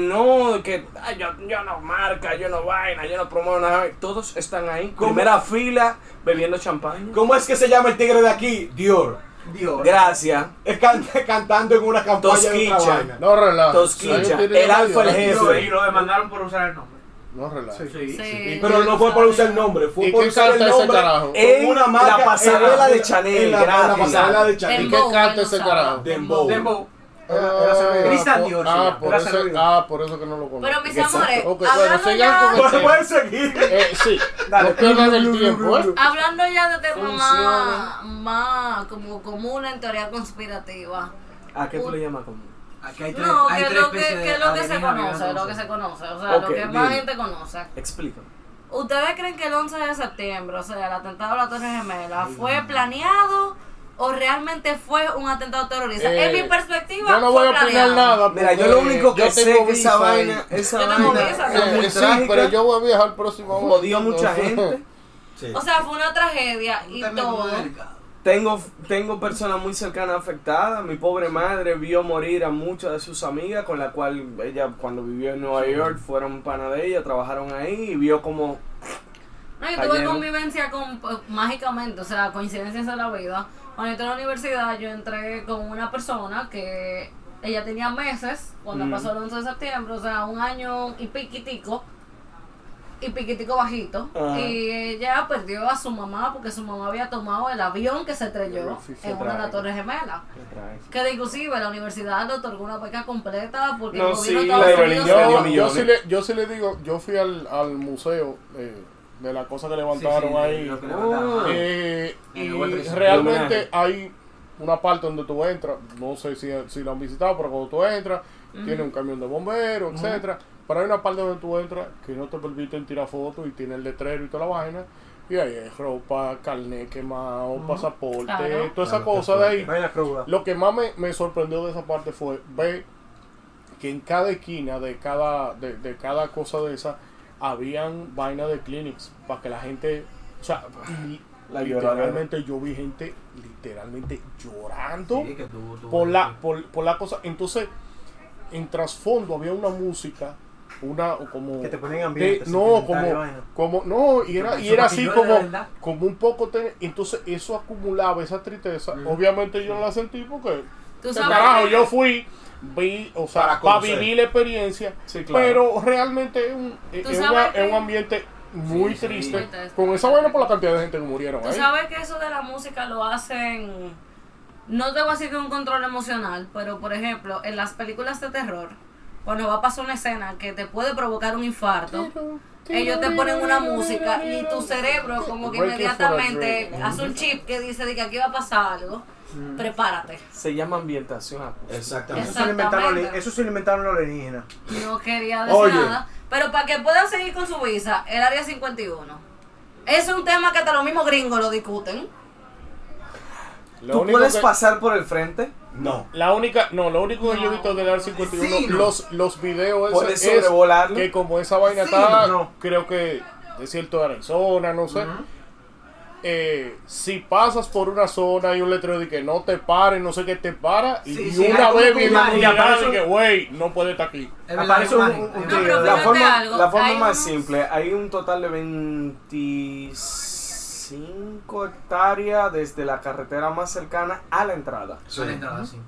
Speaker 1: no, que "Ay, yo, yo no marca, yo no vaina, yo no promuevo nada, todos están ahí,
Speaker 3: ¿Cómo?
Speaker 1: primera fila, bebiendo champán.
Speaker 3: ¿Cómo es que se llama el tigre de aquí? Dior.
Speaker 5: Dios.
Speaker 1: Gracias.
Speaker 3: Es can- cantando en una campaña de
Speaker 1: Tosquicha.
Speaker 3: otra vaina.
Speaker 7: No relaja.
Speaker 1: Tosquicha, el alfa, el
Speaker 5: Y lo-
Speaker 1: jefe.
Speaker 5: y lo demandaron por usar el nombre.
Speaker 7: ¿eh? No relaja.
Speaker 5: Sí.
Speaker 4: Sí.
Speaker 3: Pero no fue por usar el nombre, fue
Speaker 7: ¿Y
Speaker 3: por
Speaker 7: qué
Speaker 3: usar el
Speaker 7: canta ese
Speaker 3: nombre.
Speaker 7: carajo?
Speaker 1: En
Speaker 3: Con una marca.
Speaker 1: la pasarela
Speaker 3: en la-
Speaker 1: de Chanel,
Speaker 3: En la, en la
Speaker 1: gracias.
Speaker 3: pasarela de Chanel.
Speaker 7: ¿Y qué
Speaker 4: Dembow,
Speaker 7: canta
Speaker 4: él
Speaker 7: ese
Speaker 4: usaba.
Speaker 7: carajo?
Speaker 3: Dembow.
Speaker 5: Dembow.
Speaker 7: Ah,
Speaker 5: Cristian
Speaker 7: por-
Speaker 5: Dior, se
Speaker 7: Ah,
Speaker 5: llama.
Speaker 7: por
Speaker 2: Era
Speaker 7: eso,
Speaker 2: servido.
Speaker 7: ah, por eso que no lo conozco.
Speaker 4: Pero mis
Speaker 1: Exacto.
Speaker 4: amores,
Speaker 7: Ok, bueno,
Speaker 4: hablando,
Speaker 7: sigan
Speaker 4: ya,
Speaker 7: con
Speaker 3: Pero pueden seguir.
Speaker 7: Eh, sí,
Speaker 2: Dale.
Speaker 7: no pierdan el tiempo, ¿eh?
Speaker 4: hablando ya de temas
Speaker 7: Funciona.
Speaker 4: más, más como común en teoría conspirativa.
Speaker 1: ¿A qué tú le llamas común?
Speaker 5: Aquí hay tres,
Speaker 4: No,
Speaker 5: hay
Speaker 4: que
Speaker 5: tres
Speaker 4: lo que,
Speaker 5: especies de
Speaker 4: que lo que se
Speaker 5: alienígenas
Speaker 4: conoce, lo que
Speaker 5: entonces.
Speaker 4: se conoce, o sea,
Speaker 1: Ok,
Speaker 4: lo que más
Speaker 1: dime.
Speaker 4: gente conoce.
Speaker 1: Explícame.
Speaker 4: ¿Ustedes creen que el 11 de septiembre, o sea, el atentado a la Torre Gemela, fue planeado o realmente fue un atentado terrorista?
Speaker 7: Eh,
Speaker 4: en mi perspectiva,
Speaker 7: Yo no voy
Speaker 4: fue
Speaker 7: a opinar
Speaker 4: planeado.
Speaker 7: nada.
Speaker 1: Mira, yo
Speaker 7: porque
Speaker 1: lo único que
Speaker 7: yo
Speaker 1: sé
Speaker 7: tengo
Speaker 1: que esa
Speaker 7: visa y-
Speaker 1: vaina,
Speaker 2: eh.
Speaker 1: esa
Speaker 4: Yo tengo
Speaker 1: vaina
Speaker 4: visa,
Speaker 1: fue
Speaker 4: ¿no?
Speaker 1: muy
Speaker 7: Eh, sí,
Speaker 1: trágica,
Speaker 7: pero yo voy a viajar el próximo año.
Speaker 1: jodió a mucha
Speaker 7: Entonces,
Speaker 1: gente.
Speaker 4: O sea, fue una tragedia y
Speaker 5: También como
Speaker 4: todo.
Speaker 5: delicado.
Speaker 1: Tengo, tengo personas muy cercanas afectadas. Mi pobre madre vio morir a muchas de sus amigas, con la cual ella cuando vivió en Nueva York fueron pana de ella, trabajaron ahí y vio como
Speaker 4: No, yo tuve
Speaker 1: Ayer.
Speaker 4: convivencia con, eh, mágicamente, o sea, coincidencias de la vida. Cuando entré a la universidad, yo entré con una persona que ella tenía meses cuando
Speaker 1: Mm.
Speaker 4: pasó el 11 de septiembre, o sea, un año y piquitico, y piquitico bajito.
Speaker 1: Ajá.
Speaker 4: Y ella perdió a su mamá porque su mamá había tomado el avión que se estrelló
Speaker 1: Sí, sí,
Speaker 4: en una de las
Speaker 1: trágico.
Speaker 4: Torres Gemelas. Que de- inclusive la universidad le otorgó una beca completa porque
Speaker 1: No,
Speaker 4: el gobierno de
Speaker 1: sí, la
Speaker 4: Estados
Speaker 1: aerolínea
Speaker 4: Unidos-
Speaker 1: le dio
Speaker 7: Yo, yo,
Speaker 1: millones.
Speaker 7: sí le, yo sí le digo, yo fui al, al museo eh, de la cosa que
Speaker 5: Sí, sí,
Speaker 7: levantaron ahí.
Speaker 5: Ah, lo que levantaron.
Speaker 1: Oh.
Speaker 7: Eh,
Speaker 5: En el
Speaker 7: y
Speaker 5: World Trade Center.
Speaker 7: realmente hay una parte donde tú entras, no sé si, si lo han visitado, pero cuando tú entras, tiene un camión de bomberos, etcétera. Pero hay una parte donde tú entras que no te permiten tirar fotos y tiene el letrero y toda la vaina. Y ahí es ropa, carnet quemado, pasaporte,
Speaker 4: Claro.
Speaker 7: toda esa
Speaker 3: Claro, qué
Speaker 7: cosa de ahí.
Speaker 2: Vaina cruda.
Speaker 7: Lo que más me, me sorprendió de esa parte fue ver que en cada esquina de cada, de, de cada cosa de esa habían vainas de clinics para que la gente, o sea, li-
Speaker 1: La
Speaker 7: literalmente yo vi gente literalmente llorando
Speaker 5: Sí, que tú- tú-
Speaker 7: por la por, por la cosa. Entonces, en trasfondo había una música una o como
Speaker 2: Que te ponen ambiente,
Speaker 7: de- no
Speaker 2: sentimental y
Speaker 7: como
Speaker 2: vaina.
Speaker 7: como no y era y
Speaker 5: Eso
Speaker 7: era
Speaker 5: para que
Speaker 7: así
Speaker 5: yo, de
Speaker 7: como
Speaker 5: verdad.
Speaker 7: como un poco ten- entonces eso acumulaba esa tristeza obviamente yo no la sentí porque
Speaker 4: Tú
Speaker 7: el
Speaker 4: sabes
Speaker 7: carajo,
Speaker 4: que-
Speaker 7: yo fui, vi, o sea,
Speaker 3: Para
Speaker 7: para,
Speaker 3: conocer.
Speaker 7: vivir la experiencia,
Speaker 1: Sí, claro.
Speaker 7: pero realmente es un, e, es
Speaker 4: Tú
Speaker 7: una-
Speaker 4: sabes que-
Speaker 7: es un ambiente muy
Speaker 4: Sí, sí,
Speaker 7: triste,
Speaker 4: muy triste.
Speaker 7: con esa vaina por la cantidad de gente que murieron ¿eh?
Speaker 4: Tú
Speaker 7: ahí.
Speaker 4: sabes que eso de la música lo hacen. No te voy a decir que es un control emocional, pero por ejemplo, en las películas de terror, cuando va a pasar una escena que te puede provocar un infarto, ellos te ponen una música y tu cerebro, como que
Speaker 2: Pues
Speaker 7: Breaking for a
Speaker 4: inmediatamente
Speaker 7: Dream.
Speaker 4: hace un chip que dice de que aquí va a pasar algo, prepárate.
Speaker 1: Se llama ambientación acústica.
Speaker 2: Mm. Eso
Speaker 4: Exacto.
Speaker 9: Exactamente.
Speaker 2: se lo inventaron,
Speaker 4: Exactamente.
Speaker 2: eso se lo inventaron los alienígenas.
Speaker 4: No quería decir
Speaker 3: Oye.
Speaker 4: nada, pero para que puedan seguir con su visa, el área 51. Es un tema que hasta los mismos gringos lo discuten.
Speaker 7: Lo
Speaker 1: ¿Tú
Speaker 7: único
Speaker 1: puedes
Speaker 7: que-
Speaker 1: pasar por el frente?
Speaker 3: No.
Speaker 7: La única, no, lo único que yo he visto del Área 51,
Speaker 5: Sí, no.
Speaker 7: los, los videos esos,
Speaker 1: ¿Puedes
Speaker 7: es
Speaker 1: sobrevolarlo?
Speaker 7: que como esa vaina
Speaker 5: Sí,
Speaker 7: está,
Speaker 2: no.
Speaker 7: creo que desierto de Arizona, no sé. eh, si pasas por una zona y un letrero de que no te pares, no sé qué te para, y,
Speaker 5: Sí,
Speaker 7: y
Speaker 5: sí,
Speaker 7: una
Speaker 5: hay
Speaker 7: vez
Speaker 5: como
Speaker 7: viene
Speaker 5: un
Speaker 7: una
Speaker 5: mar, y
Speaker 7: unidad
Speaker 2: aparece
Speaker 7: de
Speaker 2: un-
Speaker 7: que, wey, no puede estar aquí.
Speaker 5: Es verdad,
Speaker 2: Aparece
Speaker 5: hay
Speaker 2: un-
Speaker 5: imagen,
Speaker 2: un-
Speaker 5: hay
Speaker 2: un
Speaker 5: imagen.
Speaker 2: tigre.
Speaker 1: La
Speaker 4: Fíjate
Speaker 1: forma,
Speaker 4: algo,
Speaker 1: la forma
Speaker 4: hay
Speaker 1: más
Speaker 4: unos-
Speaker 1: simple, hay un total de 25 hectáreas desde la carretera más cercana a la entrada.
Speaker 5: Son entradas, sí.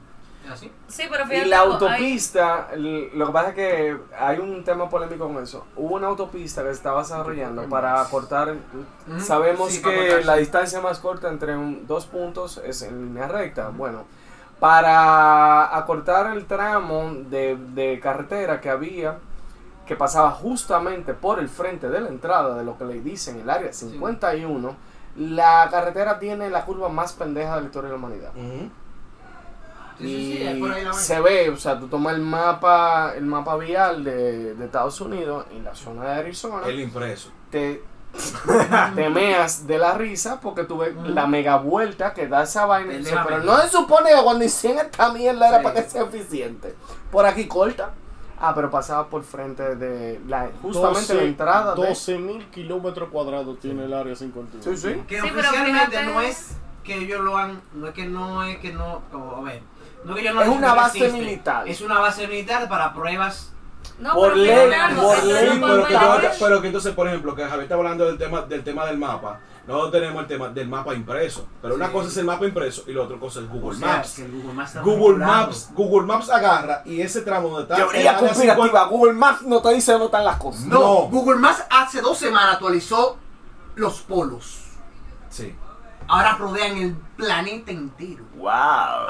Speaker 5: ¿Es así?
Speaker 4: Sí, pero fíjate.
Speaker 1: Y la
Speaker 4: algo, hay-
Speaker 1: autopista, l- lo que pasa es que hay un tema polémico con eso. Hubo una autopista que se estaba desarrollando para cortar, sabemos
Speaker 5: Sí, para
Speaker 1: que
Speaker 5: cortar,
Speaker 1: la
Speaker 5: sí.
Speaker 1: distancia más corta entre un- dos puntos es en línea recta. Bueno, para acortar el tramo de, de carretera que había, que pasaba justamente por el frente de la entrada de lo que le dicen el área 51, la carretera tiene la curva más pendeja de la historia de la humanidad.
Speaker 5: Sí, sí, sí, es por ahí
Speaker 1: Y
Speaker 5: la vaina.
Speaker 1: se ve, o sea, tú tomas el mapa, el mapa vial de, de Estados Unidos y la zona de Arizona,
Speaker 9: El impreso.
Speaker 1: te, te meas de la risa porque tú ves la mega vuelta que da esa vaina. y dices,
Speaker 5: Pendeja
Speaker 1: pero
Speaker 5: mega.
Speaker 1: no se supone que cuando hicieron esta mierda era
Speaker 5: Sí.
Speaker 1: para que sea eficiente. Por aquí corta. Ah, pero pasaba por frente de la, justamente la entrada de...
Speaker 7: 12 mil kilómetros cuadrados tiene el Área 51.
Speaker 1: Sí, sí.
Speaker 5: Que
Speaker 4: Sí, pero
Speaker 5: oficialmente
Speaker 4: fíjate-
Speaker 5: no es que ellos lo han, no es que no es que no, como, a ver, no que ellos no
Speaker 1: Es
Speaker 5: han dicho
Speaker 1: una
Speaker 5: que
Speaker 1: base militar.
Speaker 5: Es una base militar para pruebas.
Speaker 4: No,
Speaker 1: Por
Speaker 4: pero
Speaker 1: ley,
Speaker 4: fíjate algo,
Speaker 1: por
Speaker 4: eso
Speaker 1: ley,
Speaker 4: no
Speaker 3: Sí, pero, que
Speaker 4: puede
Speaker 3: yo-
Speaker 4: haber.
Speaker 3: pero que entonces, por ejemplo, que Javier está hablando del tema del tema del mapa. Nosotros tenemos el tema del mapa impreso. Pero una
Speaker 5: Sí.
Speaker 3: cosa es el mapa impreso y la otra cosa es Google
Speaker 5: o sea,
Speaker 3: Maps.
Speaker 5: que el Google Maps. está
Speaker 3: Google
Speaker 5: regulado.
Speaker 3: Maps, Google Maps agarra y ese tramo donde está. el
Speaker 1: Teoría
Speaker 3: área 50
Speaker 1: conspirativa, Google Maps no te dice dónde están las cosas.
Speaker 5: No,
Speaker 3: No.
Speaker 5: Google Maps hace dos semanas actualizó los polos.
Speaker 3: Sí.
Speaker 5: Ahora rodean el planeta entero.
Speaker 1: ¡Wow!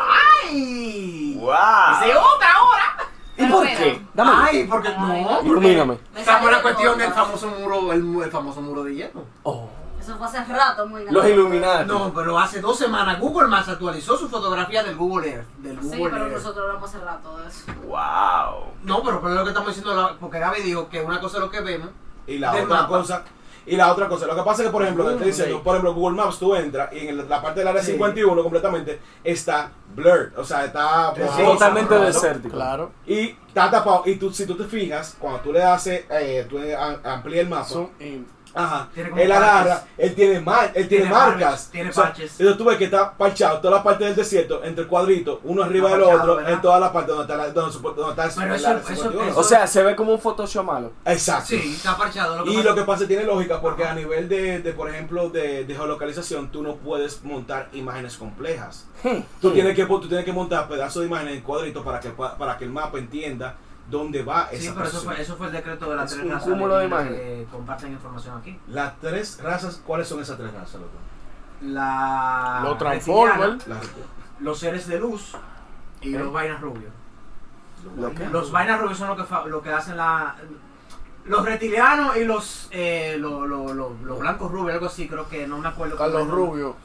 Speaker 5: ¡Ay!
Speaker 1: ¡Wow!
Speaker 5: ¡Se otra ahora!
Speaker 1: ¿Y por
Speaker 4: Pero
Speaker 1: qué?
Speaker 4: bueno.
Speaker 1: Ah. Dame.
Speaker 5: ¡Ay! Porque no.
Speaker 4: Ay.
Speaker 1: Ilumíname.
Speaker 4: Me
Speaker 5: Estamos
Speaker 4: salió
Speaker 5: en la
Speaker 4: de
Speaker 5: cuestión
Speaker 4: todas.
Speaker 5: del famoso muro, el, mu- el famoso muro de hierro.
Speaker 4: Eso fue hace rato, muy
Speaker 1: Los Illuminati.
Speaker 5: No, pero hace dos semanas Google Maps actualizó su fotografía del Google Earth. Del
Speaker 4: Sí,
Speaker 5: Google
Speaker 4: pero
Speaker 5: Earth.
Speaker 4: nosotros hablamos hace rato de eso.
Speaker 1: Wow.
Speaker 5: No, pero, pero lo que estamos diciendo, la- porque Gaby dijo que una cosa es lo que vemos.
Speaker 3: Y la
Speaker 5: Del
Speaker 3: otra
Speaker 5: mapa.
Speaker 3: cosa. Y la otra cosa, lo que pasa es que, por ejemplo, te estoy diciendo, por ejemplo, Google Maps, tú entras y en el- la parte del área 51 completamente está blurred, o sea, está borroso,
Speaker 1: Totalmente
Speaker 3: ¿no?
Speaker 1: desértico.
Speaker 7: Claro.
Speaker 3: Y está tapado. Y tú, si tú te fijas, cuando tú le haces, eh, tú le am- amplías el mapa,
Speaker 7: Zoom in.
Speaker 3: ajá,
Speaker 5: Tiene como
Speaker 3: él
Speaker 5: parches.
Speaker 3: agarra, él tiene, mar, él tiene,
Speaker 5: Tiene
Speaker 3: marcas.
Speaker 5: parches, tiene
Speaker 3: O sea,
Speaker 5: parches.
Speaker 3: Entonces tú ves que está parchado toda la parte del desierto, entre cuadritos, uno arriba del
Speaker 5: parchado,
Speaker 3: otro,
Speaker 5: ¿verdad?
Speaker 3: en toda la parte donde está, la, donde, supo- donde está el-
Speaker 5: Pero
Speaker 3: el
Speaker 5: eso-
Speaker 3: área
Speaker 5: eso-
Speaker 3: 51.
Speaker 5: eso-
Speaker 1: O sea, se ve como un Photoshop malo.
Speaker 3: Exacto.
Speaker 5: Sí, está parchado. Lo que
Speaker 3: Y
Speaker 5: pasa-
Speaker 3: lo que pasa tiene lógica porque a nivel de, de, por ejemplo, de, de geolocalización, tú no puedes montar imágenes complejas. Tú, tienes que, tú tienes que montar pedazos de imágenes en cuadritos para que, para que el mapa entienda dónde va esa
Speaker 5: Sí, pero eso
Speaker 3: persona.
Speaker 5: fue, eso fue el decreto de las
Speaker 1: Es
Speaker 5: tres
Speaker 1: un
Speaker 5: razas
Speaker 1: cúmulo de
Speaker 5: alienígenas
Speaker 1: imágenes.
Speaker 5: que comparten información aquí.
Speaker 3: Las tres razas, ¿cuáles son esas tres razas, loco?
Speaker 5: La. reptiliana,
Speaker 7: Los Transformers.
Speaker 3: Las-
Speaker 5: Los seres de luz y
Speaker 1: ¿Eh?
Speaker 5: los vainas rubios.
Speaker 1: ¿Lo qué?
Speaker 5: Los vainas rubios son lo que, fa- lo que hacen la. Los reptilianos y los, eh, lo- lo- lo- los blancos rubios, algo así, creo que no me acuerdo.
Speaker 7: Carlos
Speaker 5: cómo es el nombre.
Speaker 7: Rubio.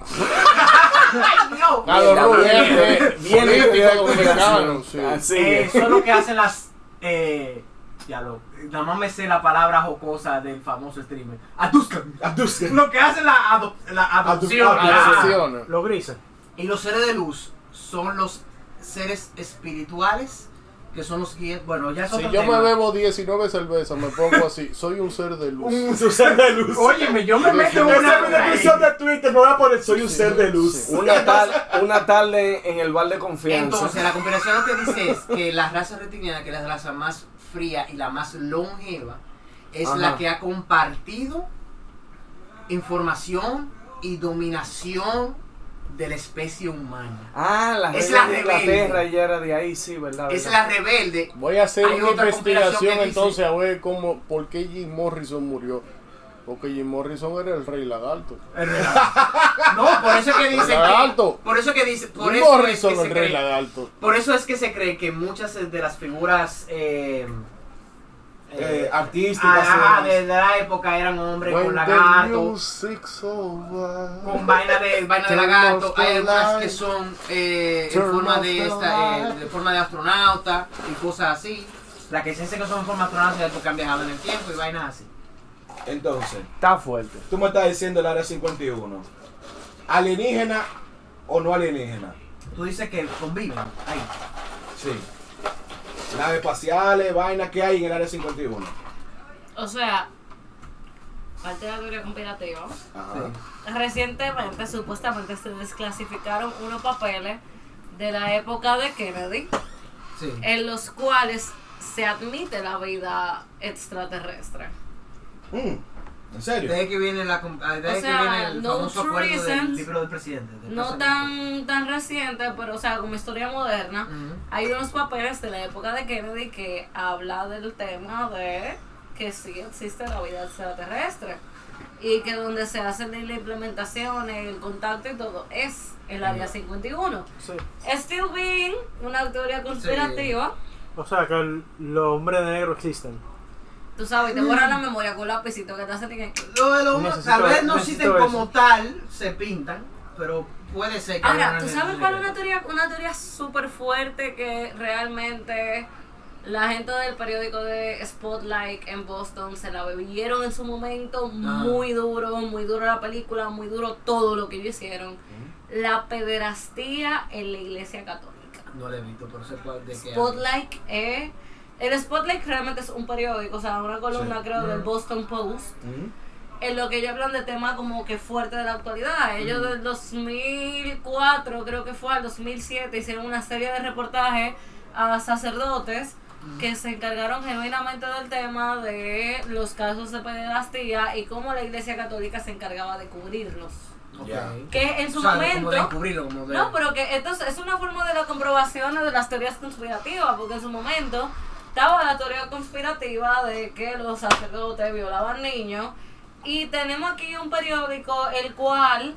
Speaker 5: ¡Ay, ¡Ah, Dios!
Speaker 7: A los
Speaker 1: Mira, viene-
Speaker 7: rubios eh,
Speaker 1: viene
Speaker 7: políticos
Speaker 1: cuidado con
Speaker 7: dominicanos. sí.
Speaker 1: Así
Speaker 5: Eh,
Speaker 1: es.
Speaker 5: Eso es lo que hacen las. Eh, ya lo. Nada más me sé la palabra jocosa del famoso streamer. Aduzcan.
Speaker 3: Aduzcan.
Speaker 5: Lo que hacen la, ado- la adopción. la-
Speaker 7: Asociaciones.
Speaker 2: Los grises.
Speaker 5: Y los seres de luz son los seres espirituales que son los guías. Bueno, ya es
Speaker 7: Si
Speaker 5: otro
Speaker 7: yo
Speaker 5: tema.
Speaker 7: me bebo 19 cervezas, me pongo así. Soy un ser de luz.
Speaker 3: Un un ser de luz.
Speaker 5: Óyeme, yo me meto en
Speaker 3: Esa
Speaker 5: una.
Speaker 3: es mi descripción de Twitter. Me voy a poner soy un ser de luz.
Speaker 1: Una, tal- una tarde en el bar de confianza.
Speaker 5: Entonces, la comparación lo que dice es que la raza reptiliana, que es la raza más fría y la más longeva, es
Speaker 1: Ajá.
Speaker 5: la que ha compartido información y dominación de la especie humana.
Speaker 1: ah, la
Speaker 5: Es
Speaker 1: reina
Speaker 5: la
Speaker 1: de
Speaker 5: rebelde.
Speaker 1: Inglaterra ya era de ahí, sí, ¿verdad?
Speaker 5: Es
Speaker 1: verdad.
Speaker 5: la rebelde.
Speaker 7: Voy a hacer
Speaker 5: Hay
Speaker 7: una
Speaker 5: otra conspiración
Speaker 7: investigación
Speaker 5: que dice-
Speaker 7: entonces a ver cómo, por qué Jim Morrison murió. Porque Jim Morrison era el rey lagarto.
Speaker 5: No, por eso que dicen que,
Speaker 7: Lagarto.
Speaker 5: por eso que dice, por eso
Speaker 7: Jim
Speaker 5: es
Speaker 7: Morrison
Speaker 5: que se
Speaker 7: el rey
Speaker 5: cree,
Speaker 7: lagarto.
Speaker 5: por eso es que se cree que muchas de las figuras eh,
Speaker 3: Eh,
Speaker 5: eh,
Speaker 3: artísticas.
Speaker 5: ah, ah,
Speaker 3: eh,
Speaker 5: de, de la época eran hombres con
Speaker 7: When the
Speaker 5: lagartos.
Speaker 7: music's over.
Speaker 5: con vaina de vaina de
Speaker 7: Turn
Speaker 5: lagarto,
Speaker 7: off the
Speaker 5: hay algunas que
Speaker 7: light.
Speaker 5: son eh, en
Speaker 7: Turn
Speaker 5: forma
Speaker 7: off
Speaker 5: de
Speaker 7: the
Speaker 5: esta, eh,
Speaker 7: light.
Speaker 5: de forma de astronauta y cosas así. La que se dice que son en forma astronauta es porque han viajado en el tiempo y vainas así.
Speaker 3: Entonces,
Speaker 1: Está fuerte.
Speaker 3: tú me estás diciendo el área 51. ¿Alienígena o no alienígena?
Speaker 5: Tú dices que conviven ahí.
Speaker 3: Sí. Naves espaciales, vainas que hay en el área 51.
Speaker 4: O sea, parte de la teoría comparativa.
Speaker 3: Ajá.
Speaker 4: Recientemente, supuestamente, se desclasificaron unos papeles de la época de Kennedy,
Speaker 5: Sí.
Speaker 4: en los cuales se admite la vida extraterrestre.
Speaker 3: Mm, ¿En serio?
Speaker 5: De ahí que viene la com- ah, de ahí
Speaker 4: O sea,
Speaker 5: que viene el
Speaker 4: no
Speaker 5: famoso
Speaker 4: true
Speaker 5: acuerdo del
Speaker 4: reasons.
Speaker 5: libro del presidente. del
Speaker 4: No
Speaker 5: presidente.
Speaker 4: tan, tan reciente, pero o sea, como historia moderna,
Speaker 5: Ujú.
Speaker 4: hay unos papeles de la época de Kennedy que habla del tema de que sí existe la vida extraterrestre y que donde se hacen la implementación, el contacto y todo es el área 51.
Speaker 2: Sí.
Speaker 4: Still being una teoría conspirativa,
Speaker 2: O sea que el- los hombres negros existen.
Speaker 4: tú sabes, y te borran la memoria con lapicito que te hacen y que-
Speaker 5: Lo de los hombres, tal
Speaker 2: Necesito-
Speaker 5: vez no
Speaker 2: necesito
Speaker 5: existen
Speaker 2: eso.
Speaker 5: como tal, se pintan, pero puede ser que.
Speaker 4: Ahora,
Speaker 5: haya
Speaker 4: ¿tú
Speaker 5: una
Speaker 4: sabes cuál es una
Speaker 5: necesidad.
Speaker 4: teoría, una teoría súper fuerte que realmente la gente del periódico de Spotlight en Boston se la bebieron en su momento
Speaker 5: Ah.
Speaker 4: muy duro, muy duro la película, muy duro todo lo que ellos hicieron? La pederastía en la iglesia católica.
Speaker 5: No le he visto, pero sé cuál de qué. habla.
Speaker 4: Spotlight es... El Spotlight realmente es un periódico, o sea, una columna creo del Boston Post
Speaker 3: Mm.
Speaker 4: en lo que ellos hablan de temas como que fuerte de la actualidad. Ellos del 2004, creo que fue al 2007, hicieron una serie de reportajes a sacerdotes que se encargaron genuinamente del tema de los casos de pederastía y cómo la Iglesia Católica se encargaba de cubrirlos.
Speaker 5: Ok.
Speaker 3: Ya.
Speaker 4: Que en su
Speaker 5: O sea, como de
Speaker 4: momento...
Speaker 5: encubrirlo, como de-
Speaker 4: No, pero que esto es- es una forma de la comprobación de las teorías conspirativas, porque en su momento estaba la teoría conspirativa de que los sacerdotes violaban niños. Y tenemos aquí un periódico el cual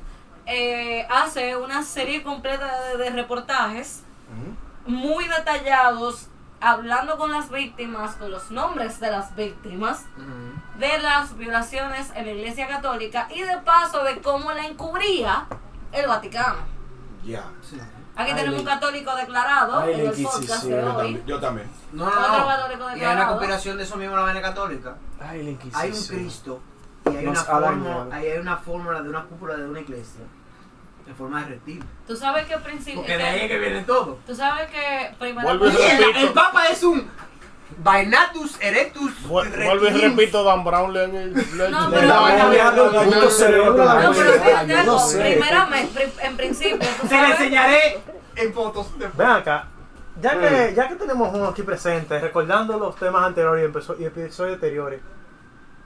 Speaker 4: eh, hace una serie completa de, de reportajes
Speaker 3: mm,
Speaker 4: muy detallados, hablando con las víctimas, con los nombres de las víctimas,
Speaker 5: Ujú.
Speaker 4: de las violaciones en la Iglesia Católica y de paso de cómo la encubría el Vaticano.
Speaker 3: Ya.
Speaker 4: Aquí
Speaker 1: Ay,
Speaker 4: tenemos un
Speaker 1: la-
Speaker 4: católico declarado
Speaker 1: ay,
Speaker 4: en
Speaker 1: la
Speaker 4: el podcast de
Speaker 1: Inquisición,
Speaker 3: Yo
Speaker 4: hoy.
Speaker 3: también. Yo también.
Speaker 5: No,
Speaker 4: Otro
Speaker 5: no,
Speaker 4: católico
Speaker 5: no. Y hay
Speaker 4: declarado.
Speaker 5: una cooperación de eso mismo en la vaina católica.
Speaker 1: Ay, la Inquisición.
Speaker 5: Hay un Cristo y hay una,
Speaker 1: Nos ha
Speaker 5: forma,
Speaker 1: dañado.
Speaker 5: ahí hay una fórmula de una cúpula de una iglesia en forma de reptil.
Speaker 4: Tú sabes que principio.
Speaker 5: Porque de ahí es que viene todo.
Speaker 4: Tú sabes que primero.
Speaker 7: Vuelve
Speaker 5: Y
Speaker 7: Pues
Speaker 5: el,
Speaker 7: repito.
Speaker 5: el Papa es un Vainatus Erectus.
Speaker 7: Vu- Vuelvo y
Speaker 5: Reptilium.
Speaker 7: repito, Dan Brown le le- le-
Speaker 4: No,
Speaker 7: le-
Speaker 4: pero-
Speaker 7: le-
Speaker 4: no,
Speaker 7: no, no, no,
Speaker 1: cerebro
Speaker 7: no,
Speaker 1: la
Speaker 4: No, pero
Speaker 1: mujer.
Speaker 4: fíjate
Speaker 1: Ay, yo no
Speaker 4: algo.
Speaker 1: sé.
Speaker 4: Primeramente, pri- en principio. tú
Speaker 5: Se le
Speaker 4: sabes-
Speaker 5: enseñaré en fotos de
Speaker 2: Ven acá. Ya que, ya que tenemos uno aquí presente, recordando los temas anteriores y episo- y episodios anteriores,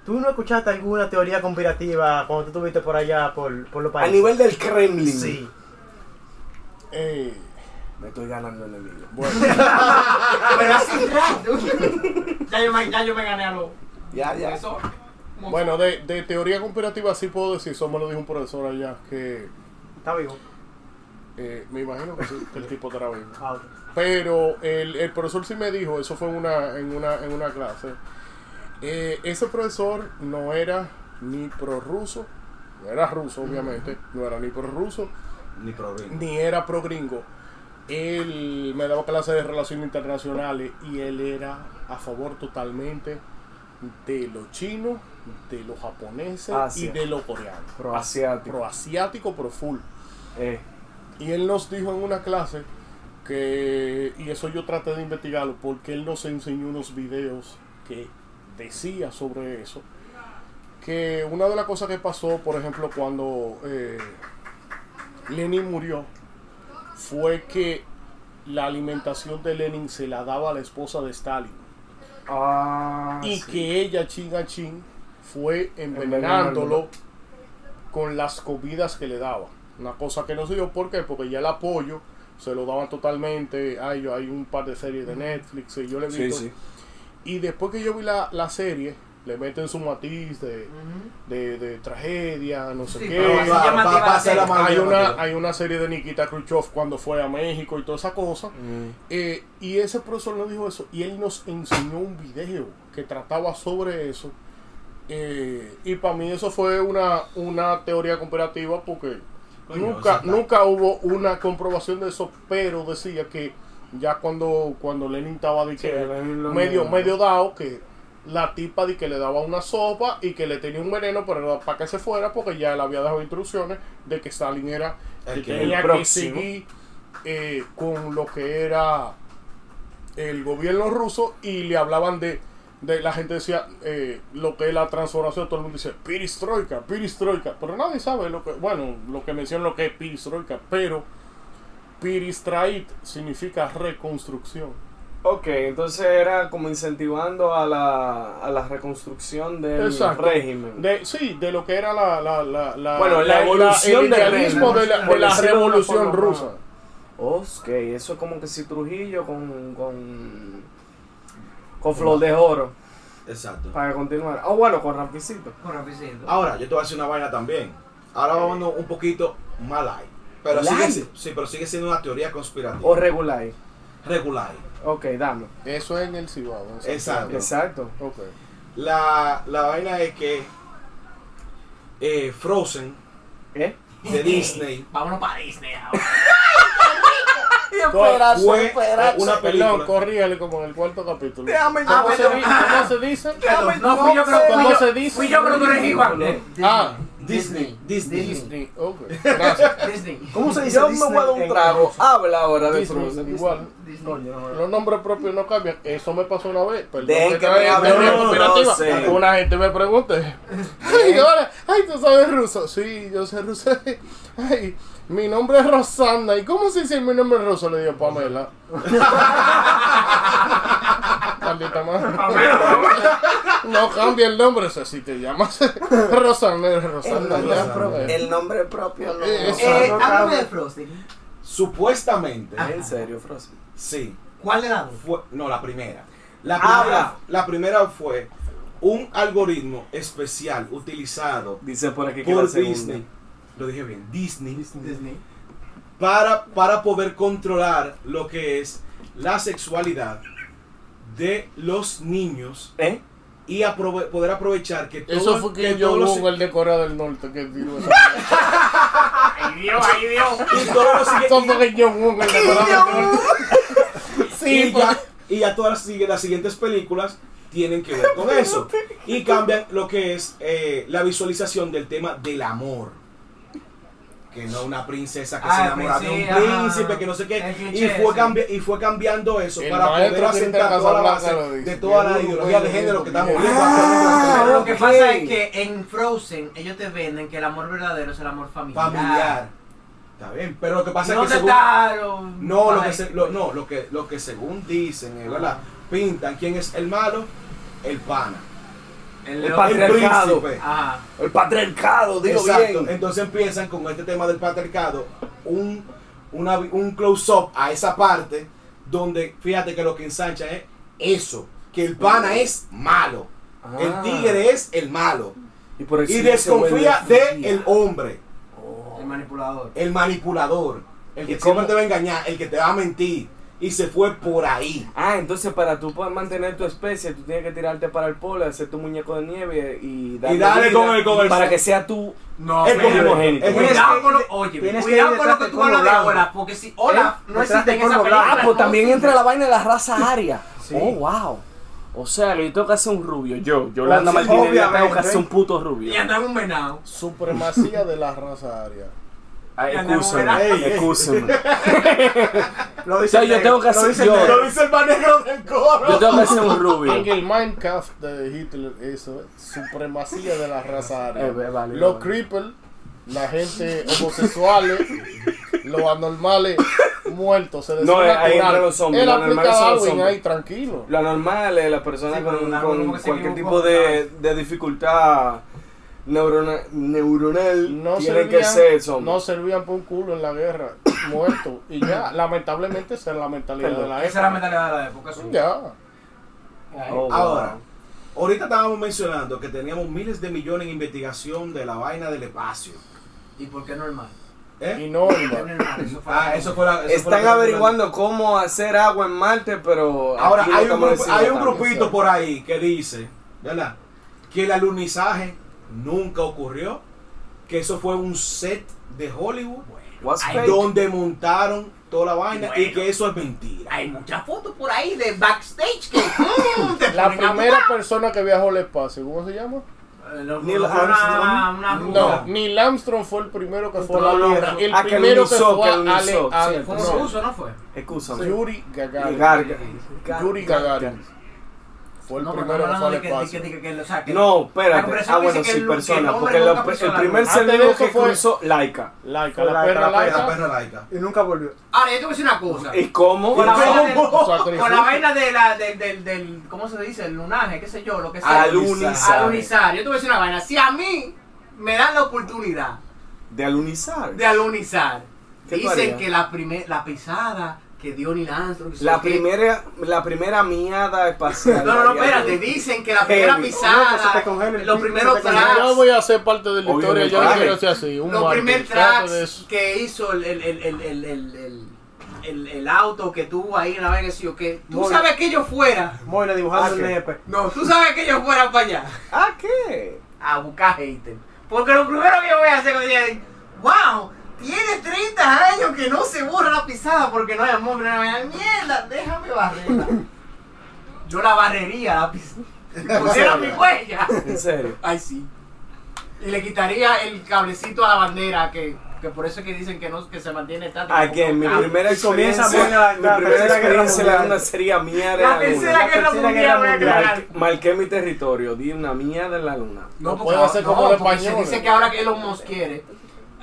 Speaker 2: ¿tú no escuchaste alguna teoría conspirativa cuando tú estuviste por allá, por, por los
Speaker 1: A
Speaker 2: países?
Speaker 1: nivel del Kremlin.
Speaker 2: Sí.
Speaker 7: Eh,
Speaker 1: Me estoy ganando enemigo.
Speaker 7: Bueno,
Speaker 5: Pero así rato. ya, yo me, ya yo me gané a los
Speaker 3: Ah,
Speaker 1: Ya, ya.
Speaker 5: eso.
Speaker 7: bueno de, de teoría comparativa sí puedo decir, eso me lo dijo un profesor allá, que
Speaker 2: Está vivo.
Speaker 7: eh, me imagino que, sí, que el tipo estará vivo.
Speaker 2: Ah, ok.
Speaker 7: Pero el, el profesor sí me dijo, eso fue en una, en una, en una clase. eh, ese profesor no era ni prorruso, no era ruso obviamente, no era ni prorruso,
Speaker 3: ni problema.
Speaker 7: ni era pro gringo. Él me daba clases de relaciones internacionales y él era a favor totalmente de los chinos, de los japoneses
Speaker 1: Asia.
Speaker 7: y de los coreanos.
Speaker 1: Proasiático.
Speaker 7: Proasiático, pro full.
Speaker 1: Eh,
Speaker 7: Y él nos dijo en una clase que, y eso yo traté de investigarlo, porque él nos enseñó unos videos que decía sobre eso, que una de las cosas que pasó, por ejemplo, cuando eh, Lenin murió, fue que la alimentación de Lenin se la daba a la esposa de Stalin
Speaker 1: ah,
Speaker 7: y
Speaker 1: sí.
Speaker 7: que ella chin a chin fue
Speaker 1: Envenenándolo.
Speaker 7: envenenándolo con las comidas que le daba. Una cosa que no se dio por qué, porque ya el apoyo se lo daban totalmente. Hay, hay un par de series de Netflix y yo le he
Speaker 3: Sí,
Speaker 7: visto.
Speaker 3: sí.
Speaker 7: Y después que yo vi la, la serie, le meten su matiz de, de- de tragedia, no sé
Speaker 5: Sí,
Speaker 7: qué.
Speaker 5: pero así
Speaker 3: Va-
Speaker 5: llamativa
Speaker 3: va-
Speaker 5: la
Speaker 3: va a ser
Speaker 5: serie.
Speaker 3: la más
Speaker 7: Hay
Speaker 3: llamativa.
Speaker 7: una, hay una serie de Nikita Khrushchev cuando fue a México y toda esa cosa. Eh, y ese profesor nos dijo eso. Y él nos enseñó un video que trataba sobre eso. Eh, y para mí eso fue una, una teoría comparativa porque
Speaker 3: Coño,
Speaker 7: nunca,
Speaker 3: o sea,
Speaker 7: nunca hubo una comprobación de eso, pero decía que ya cuando, cuando Lenin estaba de que
Speaker 1: Lenin lo
Speaker 7: medio,
Speaker 1: negó.
Speaker 7: medio dado, que la tipa de que le daba una sopa y que le tenía un veneno, pero era para que se fuera porque ya le había dejado instrucciones de que Stalin era
Speaker 3: El
Speaker 7: que
Speaker 3: que-
Speaker 7: tenía
Speaker 1: el
Speaker 7: que
Speaker 1: próximo.
Speaker 7: seguir eh, con lo que era el gobierno ruso y le hablaban de, de la gente decía eh, lo que es la transformación, todo el mundo dice piristroika, piristroika, pero nadie sabe lo que, bueno, lo que mencionan lo que es piristroika, pero piristrait significa reconstrucción.
Speaker 1: Ok, entonces era como incentivando a la, a la reconstrucción del
Speaker 7: Exacto.
Speaker 1: régimen.
Speaker 7: De, sí, de lo que era la, la, la, la,
Speaker 1: Bueno, la
Speaker 7: el
Speaker 1: evolución del
Speaker 7: idealismo
Speaker 1: régimen,
Speaker 7: de la,
Speaker 1: por
Speaker 7: de la
Speaker 1: decirlo de una
Speaker 7: revolución
Speaker 1: forma
Speaker 7: rusa.
Speaker 1: más- Ok, eso es como que si Trujillo con, con, con Flor de Oro,
Speaker 3: Exacto.
Speaker 1: para continuar. Ah, bueno, con Rampicito.
Speaker 5: Con Raficito.
Speaker 3: Ahora, yo te voy a hacer una vaina también. Ahora vamos un poquito más light. Pero sigue,
Speaker 1: Light.
Speaker 3: si- sí, pero sigue siendo una teoría
Speaker 1: O
Speaker 3: conspirativa.
Speaker 1: regular.
Speaker 3: Regular.
Speaker 1: Ok, dame.
Speaker 7: Eso es en el Cibao. en Santiago.
Speaker 3: Exacto.
Speaker 1: Exacto.
Speaker 7: Ok.
Speaker 3: La, la vaina es que eh, Frozen
Speaker 1: ¿Eh?
Speaker 3: de Disney
Speaker 5: Vámonos para Disney ahora.
Speaker 3: fue Ah, una
Speaker 7: Perdón,
Speaker 3: película.
Speaker 7: corríale como en el cuarto capítulo.
Speaker 5: Ah,
Speaker 7: ¿Cómo, se,
Speaker 5: perdón.
Speaker 7: di- cómo se dice?
Speaker 5: Perdón, no fui yo, pero fui
Speaker 7: ¿Cómo
Speaker 5: yo.
Speaker 7: se dice?
Speaker 5: Fui yo, pero tú eres igual.
Speaker 7: Ah,
Speaker 3: Disney. Disney.
Speaker 7: Disney. Ok, gracias.
Speaker 5: Disney.
Speaker 3: ¿Cómo se dice
Speaker 1: Yo
Speaker 3: Disney
Speaker 1: me voy a dar un
Speaker 3: en-
Speaker 1: trago. Habla ahora de
Speaker 7: Disney,
Speaker 1: Frozen.
Speaker 7: igual. Los nombres propios no cambian. Eso me pasó una vez. Perdón,
Speaker 1: Dejen
Speaker 7: me
Speaker 1: que
Speaker 7: trae
Speaker 1: me hable,
Speaker 7: teoría
Speaker 3: no, no
Speaker 7: conspirativa.
Speaker 1: sé.
Speaker 7: Una gente me pregunta. Ay, ahora, ay, tú sabes ruso. Sí, yo sé ruso. Ay, mi nombre es Rosanda. ¿Y cómo se dice mi nombre es ruso? Le digo Pamela. Maldita madre. No cambia el nombre, o sea, si te llamas Rosanda, eres Rosanda.
Speaker 3: nombre
Speaker 7: ya.
Speaker 3: propio.
Speaker 7: Eh,
Speaker 1: El nombre propio no.
Speaker 7: Eh,
Speaker 5: Eh,
Speaker 1: no
Speaker 5: háblame de
Speaker 1: cabe.
Speaker 5: Frozen.
Speaker 3: Supuestamente,
Speaker 1: En serio, Frozen.
Speaker 3: sí.
Speaker 5: ¿Cuál de las dos?
Speaker 3: Fue, no, la primera. La
Speaker 1: Habla.
Speaker 3: primera, la primera fue un algoritmo especial utilizado
Speaker 1: Dice por aquí que la
Speaker 3: por
Speaker 1: segunda.
Speaker 3: Disney. Lo dije bien, Disney.
Speaker 5: Disney.
Speaker 3: Para, para poder controlar lo que es la sexualidad de los niños
Speaker 1: ¿Eh?
Speaker 3: y aprove- poder aprovechar que todo
Speaker 7: Eso fue que yo
Speaker 3: todos los-
Speaker 7: hubo el de Corea del Norte que dijo eso.
Speaker 5: Ahí Dios, ahí Dios.
Speaker 3: y todos los siguientes-
Speaker 7: Eso fue que yo hubo el de Corea del Norte. Sí,
Speaker 3: y,
Speaker 7: porque-
Speaker 3: ya, y ya todas las, sig- las siguientes películas tienen que ver con eso. Y cambian lo que es eh, la visualización del tema del amor. Que no una princesa que
Speaker 5: Ah,
Speaker 3: se
Speaker 5: el
Speaker 3: enamora de un
Speaker 5: príncipe, ajá.
Speaker 3: príncipe, que no sé qué.
Speaker 5: El
Speaker 3: Y
Speaker 5: cliché,
Speaker 3: fue,
Speaker 5: sí.
Speaker 3: cambi- y fue cambiando eso
Speaker 7: El
Speaker 3: para poder
Speaker 7: maestro Cristian
Speaker 3: asentar toda la
Speaker 7: Casablanca
Speaker 3: base
Speaker 7: lo dice,
Speaker 3: de toda
Speaker 7: que
Speaker 3: la
Speaker 7: es un
Speaker 3: ideología de
Speaker 7: buen
Speaker 3: género que estamos
Speaker 7: ejemplo.
Speaker 3: viendo actualmente.
Speaker 5: Ah, Lo que pasa es que en Frozen ellos te venden que el amor verdadero es el amor familiar.
Speaker 3: Familiar. Está bien, pero lo que pasa
Speaker 5: No
Speaker 3: es
Speaker 5: te
Speaker 3: que según-
Speaker 5: está
Speaker 3: No, lo que, se- lo- no lo, que, lo que según dicen, eh, ¿verdad? Pintan quién es el malo, el pana.
Speaker 5: El,
Speaker 1: El
Speaker 5: el
Speaker 1: patriarcado.
Speaker 3: príncipe.
Speaker 5: Ajá.
Speaker 1: El patriarcado, digo
Speaker 3: Exacto.
Speaker 1: bien.
Speaker 3: Entonces empiezan con este tema del patriarcado, un, una- un close-up a esa parte donde fíjate que lo que ensancha es eso, que el pana es malo,
Speaker 1: Mm. Ah. Pues
Speaker 3: el tigre es el malo
Speaker 1: Y, por
Speaker 3: y
Speaker 1: eso
Speaker 3: desconfía de el hombre,
Speaker 5: El manipulador.
Speaker 3: Eh, el manipulador, el
Speaker 1: ¿Y
Speaker 3: que
Speaker 1: cómo?
Speaker 3: siempre te va a engañar, el que te va a mentir. y se fue por ahí.
Speaker 1: Ah, entonces para tú poder mantener tu especie, tú tienes que tirarte para el polo, hacer tu muñeco de nieve y darle,
Speaker 3: Y dale
Speaker 1: vida
Speaker 3: con el- con el-
Speaker 1: para que sea tú
Speaker 5: No,
Speaker 3: Es
Speaker 1: el
Speaker 5: pero-
Speaker 3: como-
Speaker 1: primogénito.
Speaker 3: es como-
Speaker 5: Cuidado con lo, oye,
Speaker 2: Tienes que ir
Speaker 5: cuidado con lo
Speaker 2: detrás
Speaker 5: que
Speaker 2: de
Speaker 5: tú
Speaker 2: polvo
Speaker 5: hablas de
Speaker 2: blanco.
Speaker 5: Olaf, porque si Olaf
Speaker 2: ¿Eh?
Speaker 5: no
Speaker 2: Detrás
Speaker 5: existe
Speaker 2: de
Speaker 5: en esa
Speaker 2: polvo
Speaker 5: película,
Speaker 2: blanco.
Speaker 1: Ah, pues también
Speaker 5: no
Speaker 1: entra la vaina de la raza aria.
Speaker 2: Sí.
Speaker 1: Oh, wow. O sea, le tengo que hacer un rubio. Yo,
Speaker 3: Pues
Speaker 1: Yolanda
Speaker 2: Sí,
Speaker 1: Martínez, le tengo que
Speaker 2: obviamente.
Speaker 1: hacer un puto
Speaker 5: sirve.
Speaker 1: rubio.
Speaker 5: Y anda en un venado.
Speaker 7: Supremacía de la raza aria.
Speaker 1: Ay,
Speaker 5: Ya
Speaker 1: Excúsenme,
Speaker 5: no,
Speaker 1: ey, excúsenme.
Speaker 2: Lo
Speaker 1: O sea, yo tengo que hacer yo,
Speaker 3: dice el manero del coro.
Speaker 1: yo tengo que hacer un
Speaker 7: En
Speaker 1: rubio.
Speaker 7: el Minecraft de Hitler, eso es supremacía de la raza aria.
Speaker 1: Eh, ve- vale,
Speaker 7: los
Speaker 1: vale.
Speaker 7: creepers, la gente homosexuales, los anormales muertos. Se les
Speaker 1: No,
Speaker 7: hizo
Speaker 1: eh, ahí
Speaker 7: natural.
Speaker 1: entran los zombies,
Speaker 7: Él
Speaker 1: los
Speaker 7: aplica
Speaker 1: anormales son los
Speaker 7: Darwin
Speaker 1: zombies.
Speaker 7: ahí, tranquilo.
Speaker 1: Lo anormal es la persona
Speaker 5: Sí, pero
Speaker 1: con,
Speaker 5: la-
Speaker 1: con
Speaker 5: como que se
Speaker 1: cualquier tipo
Speaker 5: equivocó,
Speaker 1: de, de dificultad neurona- neuronal
Speaker 7: No
Speaker 1: tiene
Speaker 7: servían,
Speaker 1: que ser zombie.
Speaker 7: no servían por un culo en la guerra, muertos. Y ya, lamentablemente, esa es la mentalidad de la
Speaker 1: Ah,
Speaker 5: Esa es la
Speaker 7: época.
Speaker 5: mentalidad de la época. sí.
Speaker 7: Ya.
Speaker 1: Oh, wow.
Speaker 3: Ahora, ahorita estábamos mencionando que teníamos miles de millones en investigación de la vaina del espacio.
Speaker 5: ¿Y por qué normal?
Speaker 7: Y
Speaker 3: ¿Eh?
Speaker 7: no,
Speaker 5: ¿Por qué
Speaker 7: hermano.
Speaker 5: normal? Eso fue
Speaker 3: Ah, eso fue la. eso fue la
Speaker 1: Están
Speaker 3: película.
Speaker 1: averiguando cómo hacer agua en Marte, pero
Speaker 3: Ahora,
Speaker 1: aquí no
Speaker 3: hay un,
Speaker 1: estamos
Speaker 3: grupo-
Speaker 1: diciendo
Speaker 3: hay un
Speaker 1: tanto.
Speaker 3: grupito por ahí que dice, ¿verdad? Que el alunizaje nunca ocurrió, que eso fue un set de Hollywood
Speaker 1: What's
Speaker 5: Ay,
Speaker 1: fake?
Speaker 3: donde montaron toda la vaina y
Speaker 5: Bueno.
Speaker 3: que eso es mentira.
Speaker 5: Hay muchas fotos por ahí de backstage que mm, te
Speaker 7: La
Speaker 5: ponen a
Speaker 7: primera
Speaker 5: volar.
Speaker 7: persona que viajó al espacio, ¿cómo se llama?
Speaker 5: Eh, no,
Speaker 1: Neil
Speaker 5: no, fue una,
Speaker 1: Armstrong.
Speaker 5: una
Speaker 7: No,
Speaker 5: rusa.
Speaker 7: Neil Armstrong fue el primero que fue a
Speaker 1: No,
Speaker 7: la
Speaker 1: no,
Speaker 7: Tierra.
Speaker 1: no.
Speaker 7: El
Speaker 1: Ah, que
Speaker 7: primero que
Speaker 1: alunizó,
Speaker 7: fue
Speaker 1: que
Speaker 7: a Ale-
Speaker 1: alunizó,
Speaker 7: a-
Speaker 1: cierto.
Speaker 5: Fue
Speaker 7: no,
Speaker 5: un ruso, ¿no fue?
Speaker 1: Excúsame.
Speaker 7: Yuri Gagarin.
Speaker 1: Garga-
Speaker 7: Yuri Gagarin. Fue el
Speaker 5: No, porque
Speaker 7: primero
Speaker 5: estamos
Speaker 7: que
Speaker 5: hablando
Speaker 7: fue al
Speaker 5: de que, de que,
Speaker 7: espacio.
Speaker 5: de que, o sea, que-
Speaker 1: No,
Speaker 5: La
Speaker 1: espérate.
Speaker 5: conversación
Speaker 1: Ah, bueno,
Speaker 5: dice que
Speaker 1: sí,
Speaker 5: el- que el
Speaker 1: persona.
Speaker 5: hombre
Speaker 1: Porque
Speaker 5: nunca
Speaker 1: la-
Speaker 5: pisó
Speaker 1: el
Speaker 5: la
Speaker 1: primer
Speaker 5: luna.
Speaker 7: Antes de
Speaker 1: cerebro
Speaker 7: eso
Speaker 1: que
Speaker 7: fue-
Speaker 1: cruzó, Laica.
Speaker 7: Laica,
Speaker 2: Fue
Speaker 7: la
Speaker 2: Laika,
Speaker 7: perra
Speaker 2: la
Speaker 3: La
Speaker 7: Laica.
Speaker 3: perra laica.
Speaker 2: Y nunca volvió.
Speaker 5: Ahora, yo te voy a decir una cosa.
Speaker 1: ¿Y cómo?
Speaker 5: Con la vaina del-
Speaker 7: Sacrificio.
Speaker 5: con la vaina de la, del, del, del, ¿cómo se dice? El lunaje, qué sé yo, lo que sea.
Speaker 1: Alunizar.
Speaker 5: Alunizar. Yo te voy a decir una vaina. Si a mí me dan la oportunidad
Speaker 1: De alunizar.
Speaker 5: de alunizar,
Speaker 1: ¿Qué tú
Speaker 5: dicen
Speaker 1: harías?
Speaker 5: que la, primer, la pisada que dio Neil Armstrong.
Speaker 1: La
Speaker 5: que-
Speaker 1: primera, la primera miada espacial.
Speaker 5: No, no, no,
Speaker 1: Había-
Speaker 5: espérate. Dicen que la primera
Speaker 1: Heavy.
Speaker 2: No, que se
Speaker 5: pisada,
Speaker 2: te congela el
Speaker 5: los
Speaker 2: pito,
Speaker 5: primeros
Speaker 2: se te congela.
Speaker 5: tracks,
Speaker 7: Yo voy a ser parte de la historia,
Speaker 1: Obviamente.
Speaker 7: yo no
Speaker 1: Vale.
Speaker 7: quiero ser así. Un
Speaker 5: los
Speaker 7: mártir,
Speaker 5: primer
Speaker 7: trato de
Speaker 5: tracks
Speaker 7: eso.
Speaker 5: que hizo el, el, el, el, el, el, el, el- el auto que tuvo ahí en la vaina, sí, o que tú
Speaker 2: Muy-
Speaker 5: sabes que yo fuera.
Speaker 2: Moira dibujando
Speaker 1: Ah,
Speaker 2: el
Speaker 1: ¿qué?
Speaker 2: nepe.
Speaker 5: No, tú sabes que yo fuera para allá.
Speaker 1: ¿Ah, qué?
Speaker 5: a buscar hater. Porque lo primero que yo voy a hacer cuando llegue, wow, tiene 30 años que no se borra la pisada porque no hay amor, no hay nada". mierda, déjame barrerla. Yo la barrería la pisada. Pusiera mi huella.
Speaker 1: En serio.
Speaker 5: Ay, sí. Y le quitaría el cablecito a la bandera que, que por eso es que dicen que no que se mantiene estática.
Speaker 1: ¿A qué? Mi
Speaker 5: Ah,
Speaker 1: primera
Speaker 2: Y comienza
Speaker 1: experiencia.
Speaker 2: muy
Speaker 1: Mi
Speaker 2: la- la
Speaker 1: primera
Speaker 2: Tercera Guerra
Speaker 1: experiencia en la
Speaker 2: Mundial.
Speaker 1: luna sería mierda. en
Speaker 5: La
Speaker 1: luna.
Speaker 5: tercera guerra
Speaker 2: Tercera
Speaker 5: mundial
Speaker 2: Guerra
Speaker 5: voy a
Speaker 2: Mundial.
Speaker 5: crear.
Speaker 1: Marqué mi territorio, di una mierda en la luna.
Speaker 7: No
Speaker 5: porque
Speaker 7: puede ser
Speaker 5: ahora-
Speaker 7: como los
Speaker 5: porque se
Speaker 7: españoles.
Speaker 5: dice que ahora que Elon Musk quiere,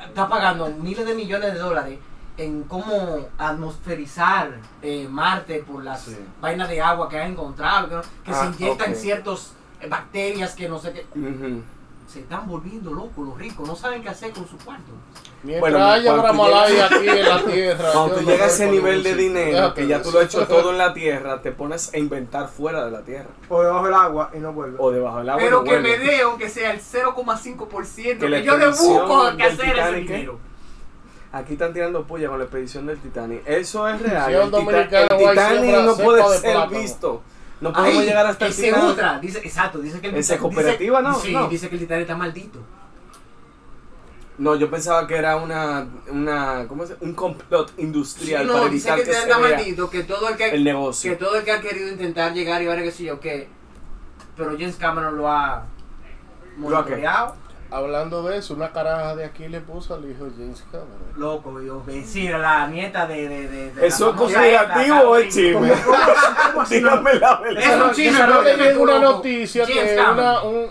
Speaker 5: está pagando miles de millones de dólares en cómo atmosferizar eh, Marte por las
Speaker 3: Sí.
Speaker 5: vainas de agua que han encontrado, que, no- que se
Speaker 1: Ah,
Speaker 5: inyectan
Speaker 1: ok.
Speaker 5: ciertas bacterias que no sé qué.
Speaker 1: Ujú.
Speaker 5: Se están volviendo locos los ricos, no saben qué hacer con su cuarto.
Speaker 7: Mientras
Speaker 1: Bueno,
Speaker 7: haya
Speaker 1: cuando tú
Speaker 7: Bramalaya aquí en la Tierra.
Speaker 1: Cuando
Speaker 7: yo
Speaker 1: tú
Speaker 7: no
Speaker 1: llegas a
Speaker 7: voy
Speaker 1: ese
Speaker 7: por
Speaker 1: nivel
Speaker 7: ningún
Speaker 1: de
Speaker 7: sitio.
Speaker 1: dinero,
Speaker 7: Déjate
Speaker 1: que ya
Speaker 7: de
Speaker 1: tú lo has
Speaker 7: eso.
Speaker 1: hecho todo en la tierra, te pones a inventar fuera de la tierra.
Speaker 2: O debajo del agua y no vuelve.
Speaker 1: O debajo del agua.
Speaker 5: Pero
Speaker 1: no
Speaker 5: que me
Speaker 1: vuelve.
Speaker 5: dé, aunque sea el 0,5%,
Speaker 1: Ah, Que
Speaker 5: que,
Speaker 1: la
Speaker 5: yo le
Speaker 1: extensión
Speaker 5: busco qué
Speaker 1: del
Speaker 5: hacer ese
Speaker 1: Titanic, ¿eh?
Speaker 5: dinero.
Speaker 1: Aquí están tirando puya con la expedición del Titanic. Eso es real.
Speaker 7: Si
Speaker 1: El,
Speaker 7: un
Speaker 1: Tita-
Speaker 7: dominicano
Speaker 1: el
Speaker 7: va y
Speaker 1: Titanic
Speaker 7: siembra
Speaker 1: no
Speaker 7: cepa
Speaker 1: puede
Speaker 7: de
Speaker 1: ser
Speaker 7: plátano.
Speaker 1: visto. No podemos
Speaker 5: Ahí,
Speaker 1: llegar hasta el
Speaker 5: ese
Speaker 1: final.
Speaker 5: ultra, dice, exacto, dice que el
Speaker 1: Ese
Speaker 5: Titanic-
Speaker 1: cooperativa,
Speaker 5: dice-
Speaker 1: ¿no?
Speaker 5: Sí,
Speaker 1: No.
Speaker 5: dice que el Titanic está maldito.
Speaker 1: No, yo pensaba que era una, una ¿cómo se? un complot
Speaker 5: Sí,
Speaker 1: industrial
Speaker 5: no,
Speaker 1: para
Speaker 5: dice
Speaker 1: evitar
Speaker 5: que,
Speaker 1: que,
Speaker 5: te
Speaker 1: se
Speaker 5: da
Speaker 1: vea
Speaker 5: maldito, que todo el que,
Speaker 1: el
Speaker 5: que
Speaker 1: negocio.
Speaker 5: todo el que ha querido intentar llegar y ahora que sé yo que pero James Cameron lo ha monitoreado.
Speaker 7: Hablando de eso, una caraja de aquí le puso al hijo de James Cameron.
Speaker 5: Loco, yo decir la nieta de, de, de, de
Speaker 1: ¿Eso
Speaker 5: la
Speaker 1: es
Speaker 5: famosa
Speaker 1: conspirativo
Speaker 5: esta,
Speaker 1: o es chisme? Dígame la
Speaker 5: Es
Speaker 1: verdad.
Speaker 5: un chisme,
Speaker 7: Yo
Speaker 5: pero
Speaker 7: leí
Speaker 5: dime tú,
Speaker 7: una
Speaker 5: loco.
Speaker 7: noticia
Speaker 5: James
Speaker 7: que una,
Speaker 5: Cameron.
Speaker 7: un,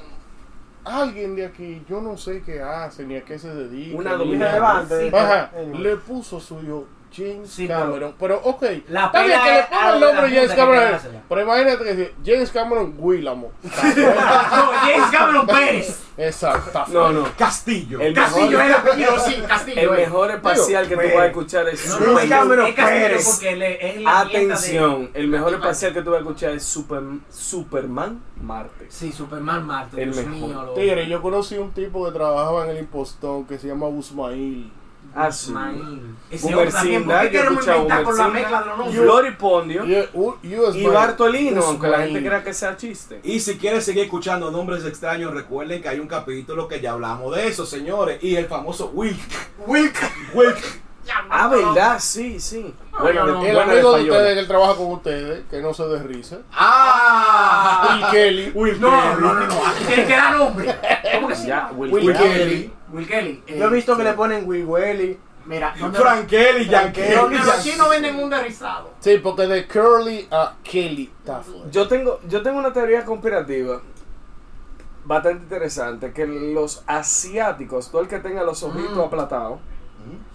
Speaker 7: alguien de aquí, yo no sé qué hace ni a qué se dedica.
Speaker 1: Una
Speaker 7: ni
Speaker 1: dominicana.
Speaker 7: nada.
Speaker 2: Relevante.
Speaker 5: Sí.
Speaker 7: Ajá,
Speaker 2: Anyway.
Speaker 7: le puso suyo James
Speaker 5: Sí, pero-
Speaker 7: Cameron. Pero, ok,
Speaker 5: La
Speaker 7: está bien
Speaker 5: pela
Speaker 7: que le
Speaker 5: es
Speaker 7: ponga el
Speaker 5: algo de
Speaker 7: nombre
Speaker 5: la
Speaker 7: James
Speaker 5: puta que
Speaker 7: Cameron.
Speaker 5: quedársela.
Speaker 7: Pero imagínate que dice James Cameron Willamo.
Speaker 5: No, James Cameron Pérez.
Speaker 7: Exacto.
Speaker 1: No, no.
Speaker 3: Castillo.
Speaker 1: El
Speaker 5: Castillo
Speaker 1: mejor,
Speaker 5: era apellido, sí, Castillo.
Speaker 1: el
Speaker 5: eh.
Speaker 1: mejor espacial que tú vas a escuchar es
Speaker 5: No, no, es
Speaker 2: Cameron
Speaker 5: es Castillo
Speaker 2: Pérez.
Speaker 5: porque él es es la nieta de-
Speaker 1: Atención, el mejor
Speaker 5: tipa.
Speaker 1: espacial que tú vas a escuchar es Super, Superman Marte.
Speaker 5: Sí, Superman Marte,
Speaker 1: El
Speaker 5: Dios
Speaker 1: mejor.
Speaker 5: mío, loco.
Speaker 7: Tigre, yo conocí un tipo que trabajaba en el impostón que se llama Usmail.
Speaker 1: Ah, sí.
Speaker 5: Ismael.
Speaker 1: Boomer
Speaker 5: hombre también, ¿por
Speaker 1: Sinda,
Speaker 5: qué
Speaker 1: yo he
Speaker 5: queremos
Speaker 1: escuchado
Speaker 5: inventar con la
Speaker 1: Boomer
Speaker 5: mezcla de los nombres?
Speaker 1: Floripondio
Speaker 7: Y, eh, u- US
Speaker 1: y
Speaker 7: Bank.
Speaker 1: Bartolino, aunque la
Speaker 7: Usmail.
Speaker 1: gente crea que sea chiste.
Speaker 3: Y si quieren seguir escuchando nombres extraños, recuerden que hay un capítulo que ya hablamos de eso, señores. Y el famoso Wilk. Wilk. Wilk.
Speaker 1: Ah, verdad, sí, sí. Bueno,
Speaker 7: El
Speaker 1: de- bueno, de
Speaker 7: amigo de
Speaker 1: Payola.
Speaker 7: ustedes que él trabaja con ustedes, que no se desriza.
Speaker 3: Ah.
Speaker 7: Y Kelly.
Speaker 3: Will
Speaker 5: No,
Speaker 3: Kelly.
Speaker 5: no, no, no. Aquí tiene que dar nombre. ¿Cómo que se
Speaker 1: Ya,
Speaker 5: llama?
Speaker 1: Will
Speaker 7: Will
Speaker 1: Kelly.
Speaker 7: Kelly.
Speaker 5: Will Kelly. eh,
Speaker 2: Yo he visto que le ponen Will Welly.
Speaker 5: Mira, donde-
Speaker 3: Frank Kelly, Jan
Speaker 5: donde
Speaker 3: Kelly.
Speaker 5: los chinos venden un derrizado.
Speaker 7: Sí, porque de Curly a Kelly está fuerte.
Speaker 1: Yo tengo, yo tengo una teoría conspirativa bastante interesante, que los asiáticos, todo el que tenga los ojitos
Speaker 5: Mm.
Speaker 1: aplatados,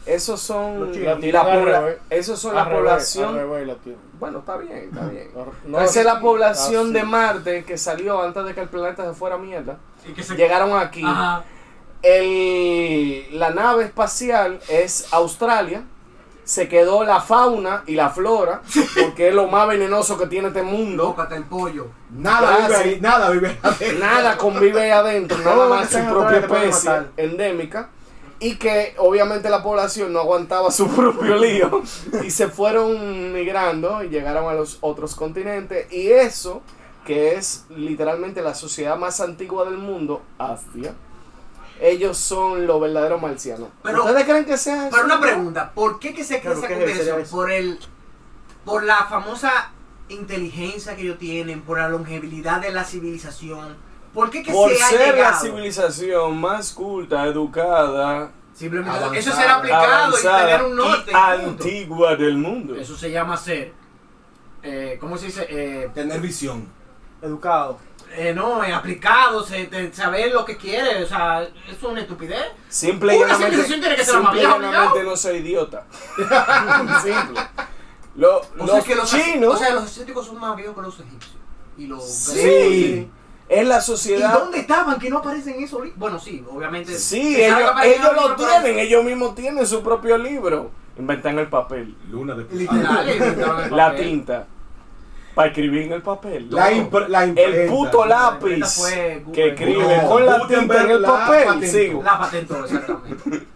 Speaker 1: esos son
Speaker 7: Los chinos.
Speaker 1: la, eh.
Speaker 7: Al
Speaker 1: pobla-
Speaker 7: revés.
Speaker 1: esos son
Speaker 7: Al
Speaker 1: la
Speaker 7: revés,
Speaker 1: población
Speaker 7: al revés la tiene.
Speaker 1: Bueno, está bien, está bien.
Speaker 7: No,
Speaker 1: Esa es
Speaker 7: Ah, sí,
Speaker 1: la población
Speaker 7: así.
Speaker 1: de Marte que salió antes de que el planeta se fuera a mierda.
Speaker 5: Y que se-
Speaker 1: Llegaron aquí.
Speaker 5: Ajá.
Speaker 1: El- la nave espacial es Australia. Se quedó la fauna y la flora, porque es lo más venenoso que tiene este mundo.
Speaker 5: Tócate el pollo.
Speaker 3: Nada vive ahí, nada vive ahí.
Speaker 1: Nada convive ahí adentro, nada
Speaker 2: Todo lo que
Speaker 1: más su
Speaker 2: tenga
Speaker 1: propia
Speaker 2: Australia te puede
Speaker 1: especie
Speaker 2: matar.
Speaker 1: endémica. Y que obviamente la población no aguantaba su propio lío y se fueron migrando y llegaron a los otros continentes. Y eso, que es literalmente la sociedad más antigua del mundo, Asia, ellos son los verdaderos marcianos.
Speaker 5: Pero-
Speaker 1: ¿Ustedes creen que sea eso?
Speaker 5: Pero una pregunta, ¿por qué que se cree
Speaker 2: Claro,
Speaker 5: esa
Speaker 2: ¿qué
Speaker 5: conversación?
Speaker 2: sería eso?
Speaker 5: Por el, por la famosa inteligencia que ellos tienen, por la longevidad de la civilización. ¿Por qué que
Speaker 1: Por
Speaker 5: se ha
Speaker 1: ser la
Speaker 5: llegado?
Speaker 1: civilización más culta, educada,
Speaker 5: Simplemente
Speaker 3: Avanzada,
Speaker 5: eso será aplicado y tener
Speaker 1: avanzada
Speaker 5: un norte.
Speaker 1: y
Speaker 5: y punto.
Speaker 1: antigua del mundo.
Speaker 5: Eso se llama ser. Eh, ¿Cómo se dice? Eh,
Speaker 3: Tener visión.
Speaker 2: Educado.
Speaker 5: eh, no, eh, aplicado, se- te- saber lo que quiere. O sea, es una estupidez.
Speaker 1: Simple y
Speaker 5: Una
Speaker 1: llanamente,
Speaker 5: civilización tiene que ser
Speaker 1: simple y
Speaker 5: amarilla,
Speaker 1: llanamente
Speaker 5: obligado.
Speaker 1: no soy idiota. simple. Lo-
Speaker 5: O
Speaker 1: los
Speaker 5: sea, que
Speaker 1: chinos.
Speaker 5: O sea, los asiáticos son más viejos que los egipcios. Y los
Speaker 1: sí. Es la
Speaker 5: ¿Y
Speaker 1: sociedad.
Speaker 5: dónde estaban? Que no aparecen en esos libros. Bueno, sí, obviamente. Se sabe
Speaker 1: Sí,
Speaker 5: que
Speaker 1: ellos,
Speaker 5: aparecen
Speaker 1: ellos
Speaker 5: en los
Speaker 1: lo
Speaker 5: libros, pero-
Speaker 1: tienen. Ellos mismos tienen su propio libro. Inventan el papel.
Speaker 3: Luna de
Speaker 5: Literal, inventaron el
Speaker 1: La
Speaker 5: papel.
Speaker 1: tinta. Para escribir en el papel.
Speaker 3: La, impre- la
Speaker 1: el
Speaker 3: imprenta.
Speaker 1: puto
Speaker 5: imprenta
Speaker 1: lápiz
Speaker 5: fue Gutenberg.
Speaker 1: que escribe
Speaker 3: No,
Speaker 1: con la
Speaker 3: Gutenberg
Speaker 1: tinta en el
Speaker 3: la
Speaker 1: papel.
Speaker 3: patentó.
Speaker 1: Sigo.
Speaker 5: La patentó, exactamente.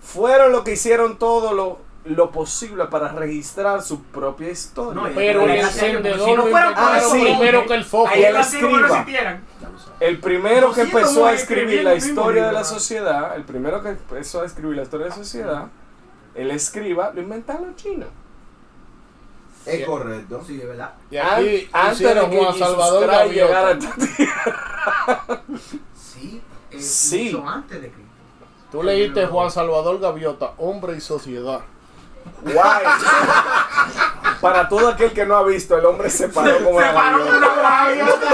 Speaker 1: Fueron los que hicieron todo lo, lo posible para registrar su propia historia.
Speaker 5: No, y-
Speaker 7: Pero el
Speaker 5: Gracias,
Speaker 7: encendedor
Speaker 5: si no
Speaker 7: lo
Speaker 5: fuera
Speaker 7: inventaron
Speaker 1: por eso,
Speaker 7: primero que el foco.
Speaker 1: ahí el
Speaker 5: los antiguos no
Speaker 1: escriba.
Speaker 5: existieran.
Speaker 1: El primero que
Speaker 5: Lo siento,
Speaker 1: empezó a
Speaker 5: mujer,
Speaker 1: escribir
Speaker 5: escribí
Speaker 1: la
Speaker 5: el mismo
Speaker 1: historia de la
Speaker 5: libro.
Speaker 1: sociedad, el primero que empezó a escribir la historia de la sociedad, el escriba, lo inventaron los chinos.
Speaker 3: Es correcto.
Speaker 5: Sí, de verdad.
Speaker 7: Y aquí
Speaker 1: An-
Speaker 7: hicieron Juan
Speaker 1: Jesus
Speaker 7: Salvador
Speaker 1: Christ llegara a
Speaker 7: Gaviota.
Speaker 1: esta-
Speaker 5: Sí, es
Speaker 1: Sí.
Speaker 5: mucho antes de Cristo.
Speaker 7: Tú leíste Juan Salvador Gaviota, Hombre y Sociedad.
Speaker 1: Guay. Para todo aquel que no ha visto, el hombre se paró como la gaviota.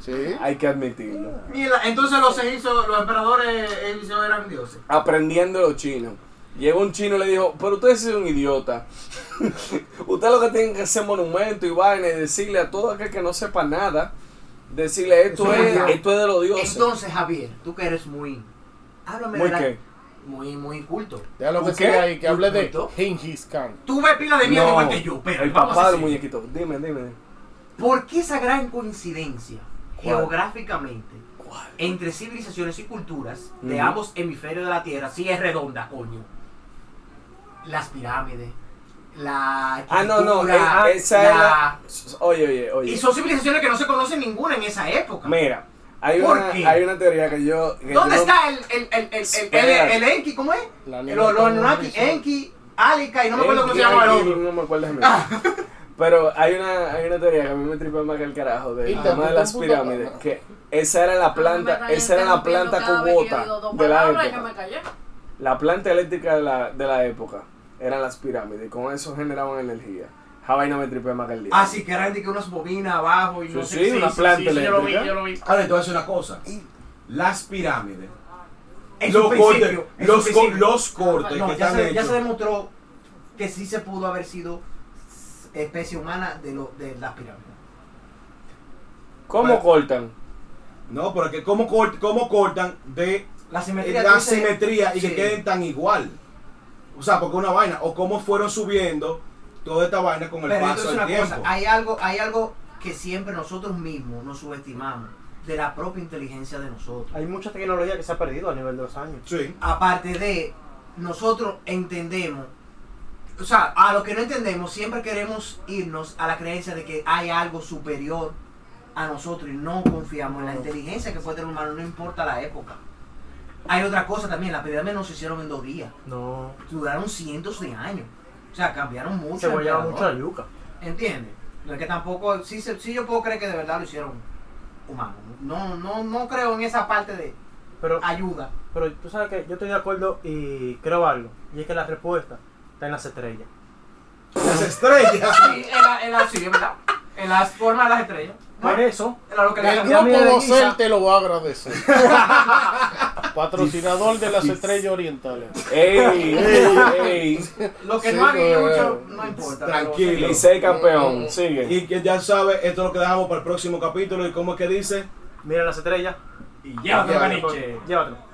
Speaker 7: Sí.
Speaker 1: Hay que admitirlo.
Speaker 5: Mira, entonces los egipcios, los emperadores egipcios eran dioses.
Speaker 1: Aprendiendo los chinos. Llegó un chino y le dijo, pero usted es un idiota. usted lo que tiene que hacer monumento y vaina y decirle a todo aquel que no sepa nada, decirle esto
Speaker 5: Eso es
Speaker 1: es,
Speaker 5: verdad.
Speaker 1: esto es de los dioses.
Speaker 5: Entonces, Javier, tú que eres muy. Háblame
Speaker 1: ¿Muy
Speaker 5: de la-
Speaker 1: qué?
Speaker 5: Muy, muy culto.
Speaker 7: Ya lo que
Speaker 1: ¿Tú qué?
Speaker 7: sea ahí, que hable de
Speaker 5: ¿Culto?
Speaker 7: Genghis Khan.
Speaker 5: Tú ves pila de mierda
Speaker 1: No,
Speaker 5: igual que yo, pero.
Speaker 1: el
Speaker 5: vamos a
Speaker 1: papá del
Speaker 5: ser serios.
Speaker 1: muñequito. Dime, dime.
Speaker 5: ¿Por qué esa gran coincidencia geográficamente
Speaker 1: ¿Cuál?
Speaker 5: entre civilizaciones y culturas de
Speaker 1: Ujú.
Speaker 5: ambos hemisferios de la Tierra sí es redonda, coño? Las pirámides, la
Speaker 1: Ah, no, no.
Speaker 5: arquitectura,
Speaker 1: eh, esa es
Speaker 5: la-
Speaker 1: la... Oye, oye, oye.
Speaker 5: Y son civilizaciones que no se conocen ninguna en esa época.
Speaker 1: Mira, hay
Speaker 5: ¿Por
Speaker 1: una,
Speaker 5: qué?
Speaker 1: hay una teoría que yo... que
Speaker 5: ¿Dónde
Speaker 1: yo-
Speaker 5: está el, el, el, el, el, el,
Speaker 1: Espera.
Speaker 5: el Enki? ¿Cómo es?
Speaker 7: La
Speaker 5: Los los Anunnaki,
Speaker 7: Horizonte.
Speaker 5: Enki, Alika y no me acuerdo cómo se
Speaker 1: Eh,
Speaker 5: llama el
Speaker 1: eh,
Speaker 5: otro. Ah.
Speaker 1: No me acuerdo el nombre. Pero hay una, hay una teoría que a mí me tripa más que el carajo del
Speaker 7: Ah.
Speaker 1: tema de las pirámides. Que esa era la planta, esa era la planta cubota de la época. La planta eléctrica de la, de la época eran las pirámides. Y con eso generaban energía. Esa vaina me tripé más que el día.
Speaker 5: Ah, sí, que eran de que unas bobinas abajo y no
Speaker 1: Sí,
Speaker 5: sé
Speaker 1: sí, una planta
Speaker 5: yo lo vi,
Speaker 1: eléctrica.
Speaker 5: yo lo vi.
Speaker 3: Ahora, entonces una cosa. Las pirámides.
Speaker 5: En
Speaker 3: Los
Speaker 5: su
Speaker 3: cortes,
Speaker 5: principio, en
Speaker 3: los,
Speaker 5: su
Speaker 3: co-
Speaker 5: principio.
Speaker 3: los cortes que
Speaker 5: No, ya
Speaker 3: están
Speaker 5: se, ya se
Speaker 3: hechos.
Speaker 5: demostró que sí se pudo haber sido especie humana de, lo, de las pirámides.
Speaker 1: ¿Cómo cortan?
Speaker 3: No, porque cómo, cort- cómo cortan de
Speaker 5: La simetría.
Speaker 3: Eh, la
Speaker 5: tú dices-
Speaker 3: simetría y
Speaker 5: Sí.
Speaker 3: que queden tan igual. O sea, porque una vaina. O cómo fueron subiendo toda esta vaina con el
Speaker 5: Pero
Speaker 3: paso
Speaker 5: entonces
Speaker 3: del
Speaker 5: una
Speaker 3: tiempo.
Speaker 5: cosa, hay algo, hay algo que siempre nosotros mismos nos subestimamos de la propia inteligencia de nosotros.
Speaker 2: Hay mucha tecnología que se ha perdido a nivel de los años.
Speaker 3: Sí.
Speaker 5: Aparte de nosotros entendemos, o sea, a lo que no entendemos, siempre queremos irnos a la creencia de que hay algo superior a nosotros y no confiamos en la inteligencia que puede tener el humano, no importa la época. Hay otra cosa también, las pirámides no se hicieron en dos días,
Speaker 2: No,
Speaker 5: duraron cientos de años. O sea, cambiaron mucho.
Speaker 2: se
Speaker 5: el
Speaker 2: guayaba mucho
Speaker 5: emperador.
Speaker 2: la yuca.
Speaker 5: ¿Entiendes? No es que tampoco, sí, se- sí yo puedo creer que de verdad lo hicieron humanos. No, no, no creo en esa parte de
Speaker 2: Pero,
Speaker 5: ayuda.
Speaker 2: pero tú sabes que yo estoy de acuerdo y creo algo. Y es que la respuesta está en las estrellas.
Speaker 3: Las estrellas.
Speaker 5: Sí, en la, en la, sí, es verdad. En las formas de las estrellas. ¿no?
Speaker 2: Por eso,
Speaker 5: Era lo que le
Speaker 7: El
Speaker 5: cambiaba.
Speaker 7: grupo
Speaker 2: pirámide de Giza.
Speaker 7: Docel te lo va a agradecer. Patrocinador de las estrellas orientales.
Speaker 1: ¡Ey! ¡Ey! ¡Ey!
Speaker 5: Lo que
Speaker 7: Sí, pues,
Speaker 5: no hagan
Speaker 7: pero-
Speaker 5: ellos no importa.
Speaker 3: Tranquilo.
Speaker 1: Licey campeón, sigue.
Speaker 3: Y que ya sabe, esto es lo que dejamos para el próximo capítulo. ¿Y cómo es que dice?
Speaker 2: mira las estrellas.
Speaker 5: Y ya,
Speaker 3: Ya,
Speaker 5: Maniche.
Speaker 2: Llévatelo.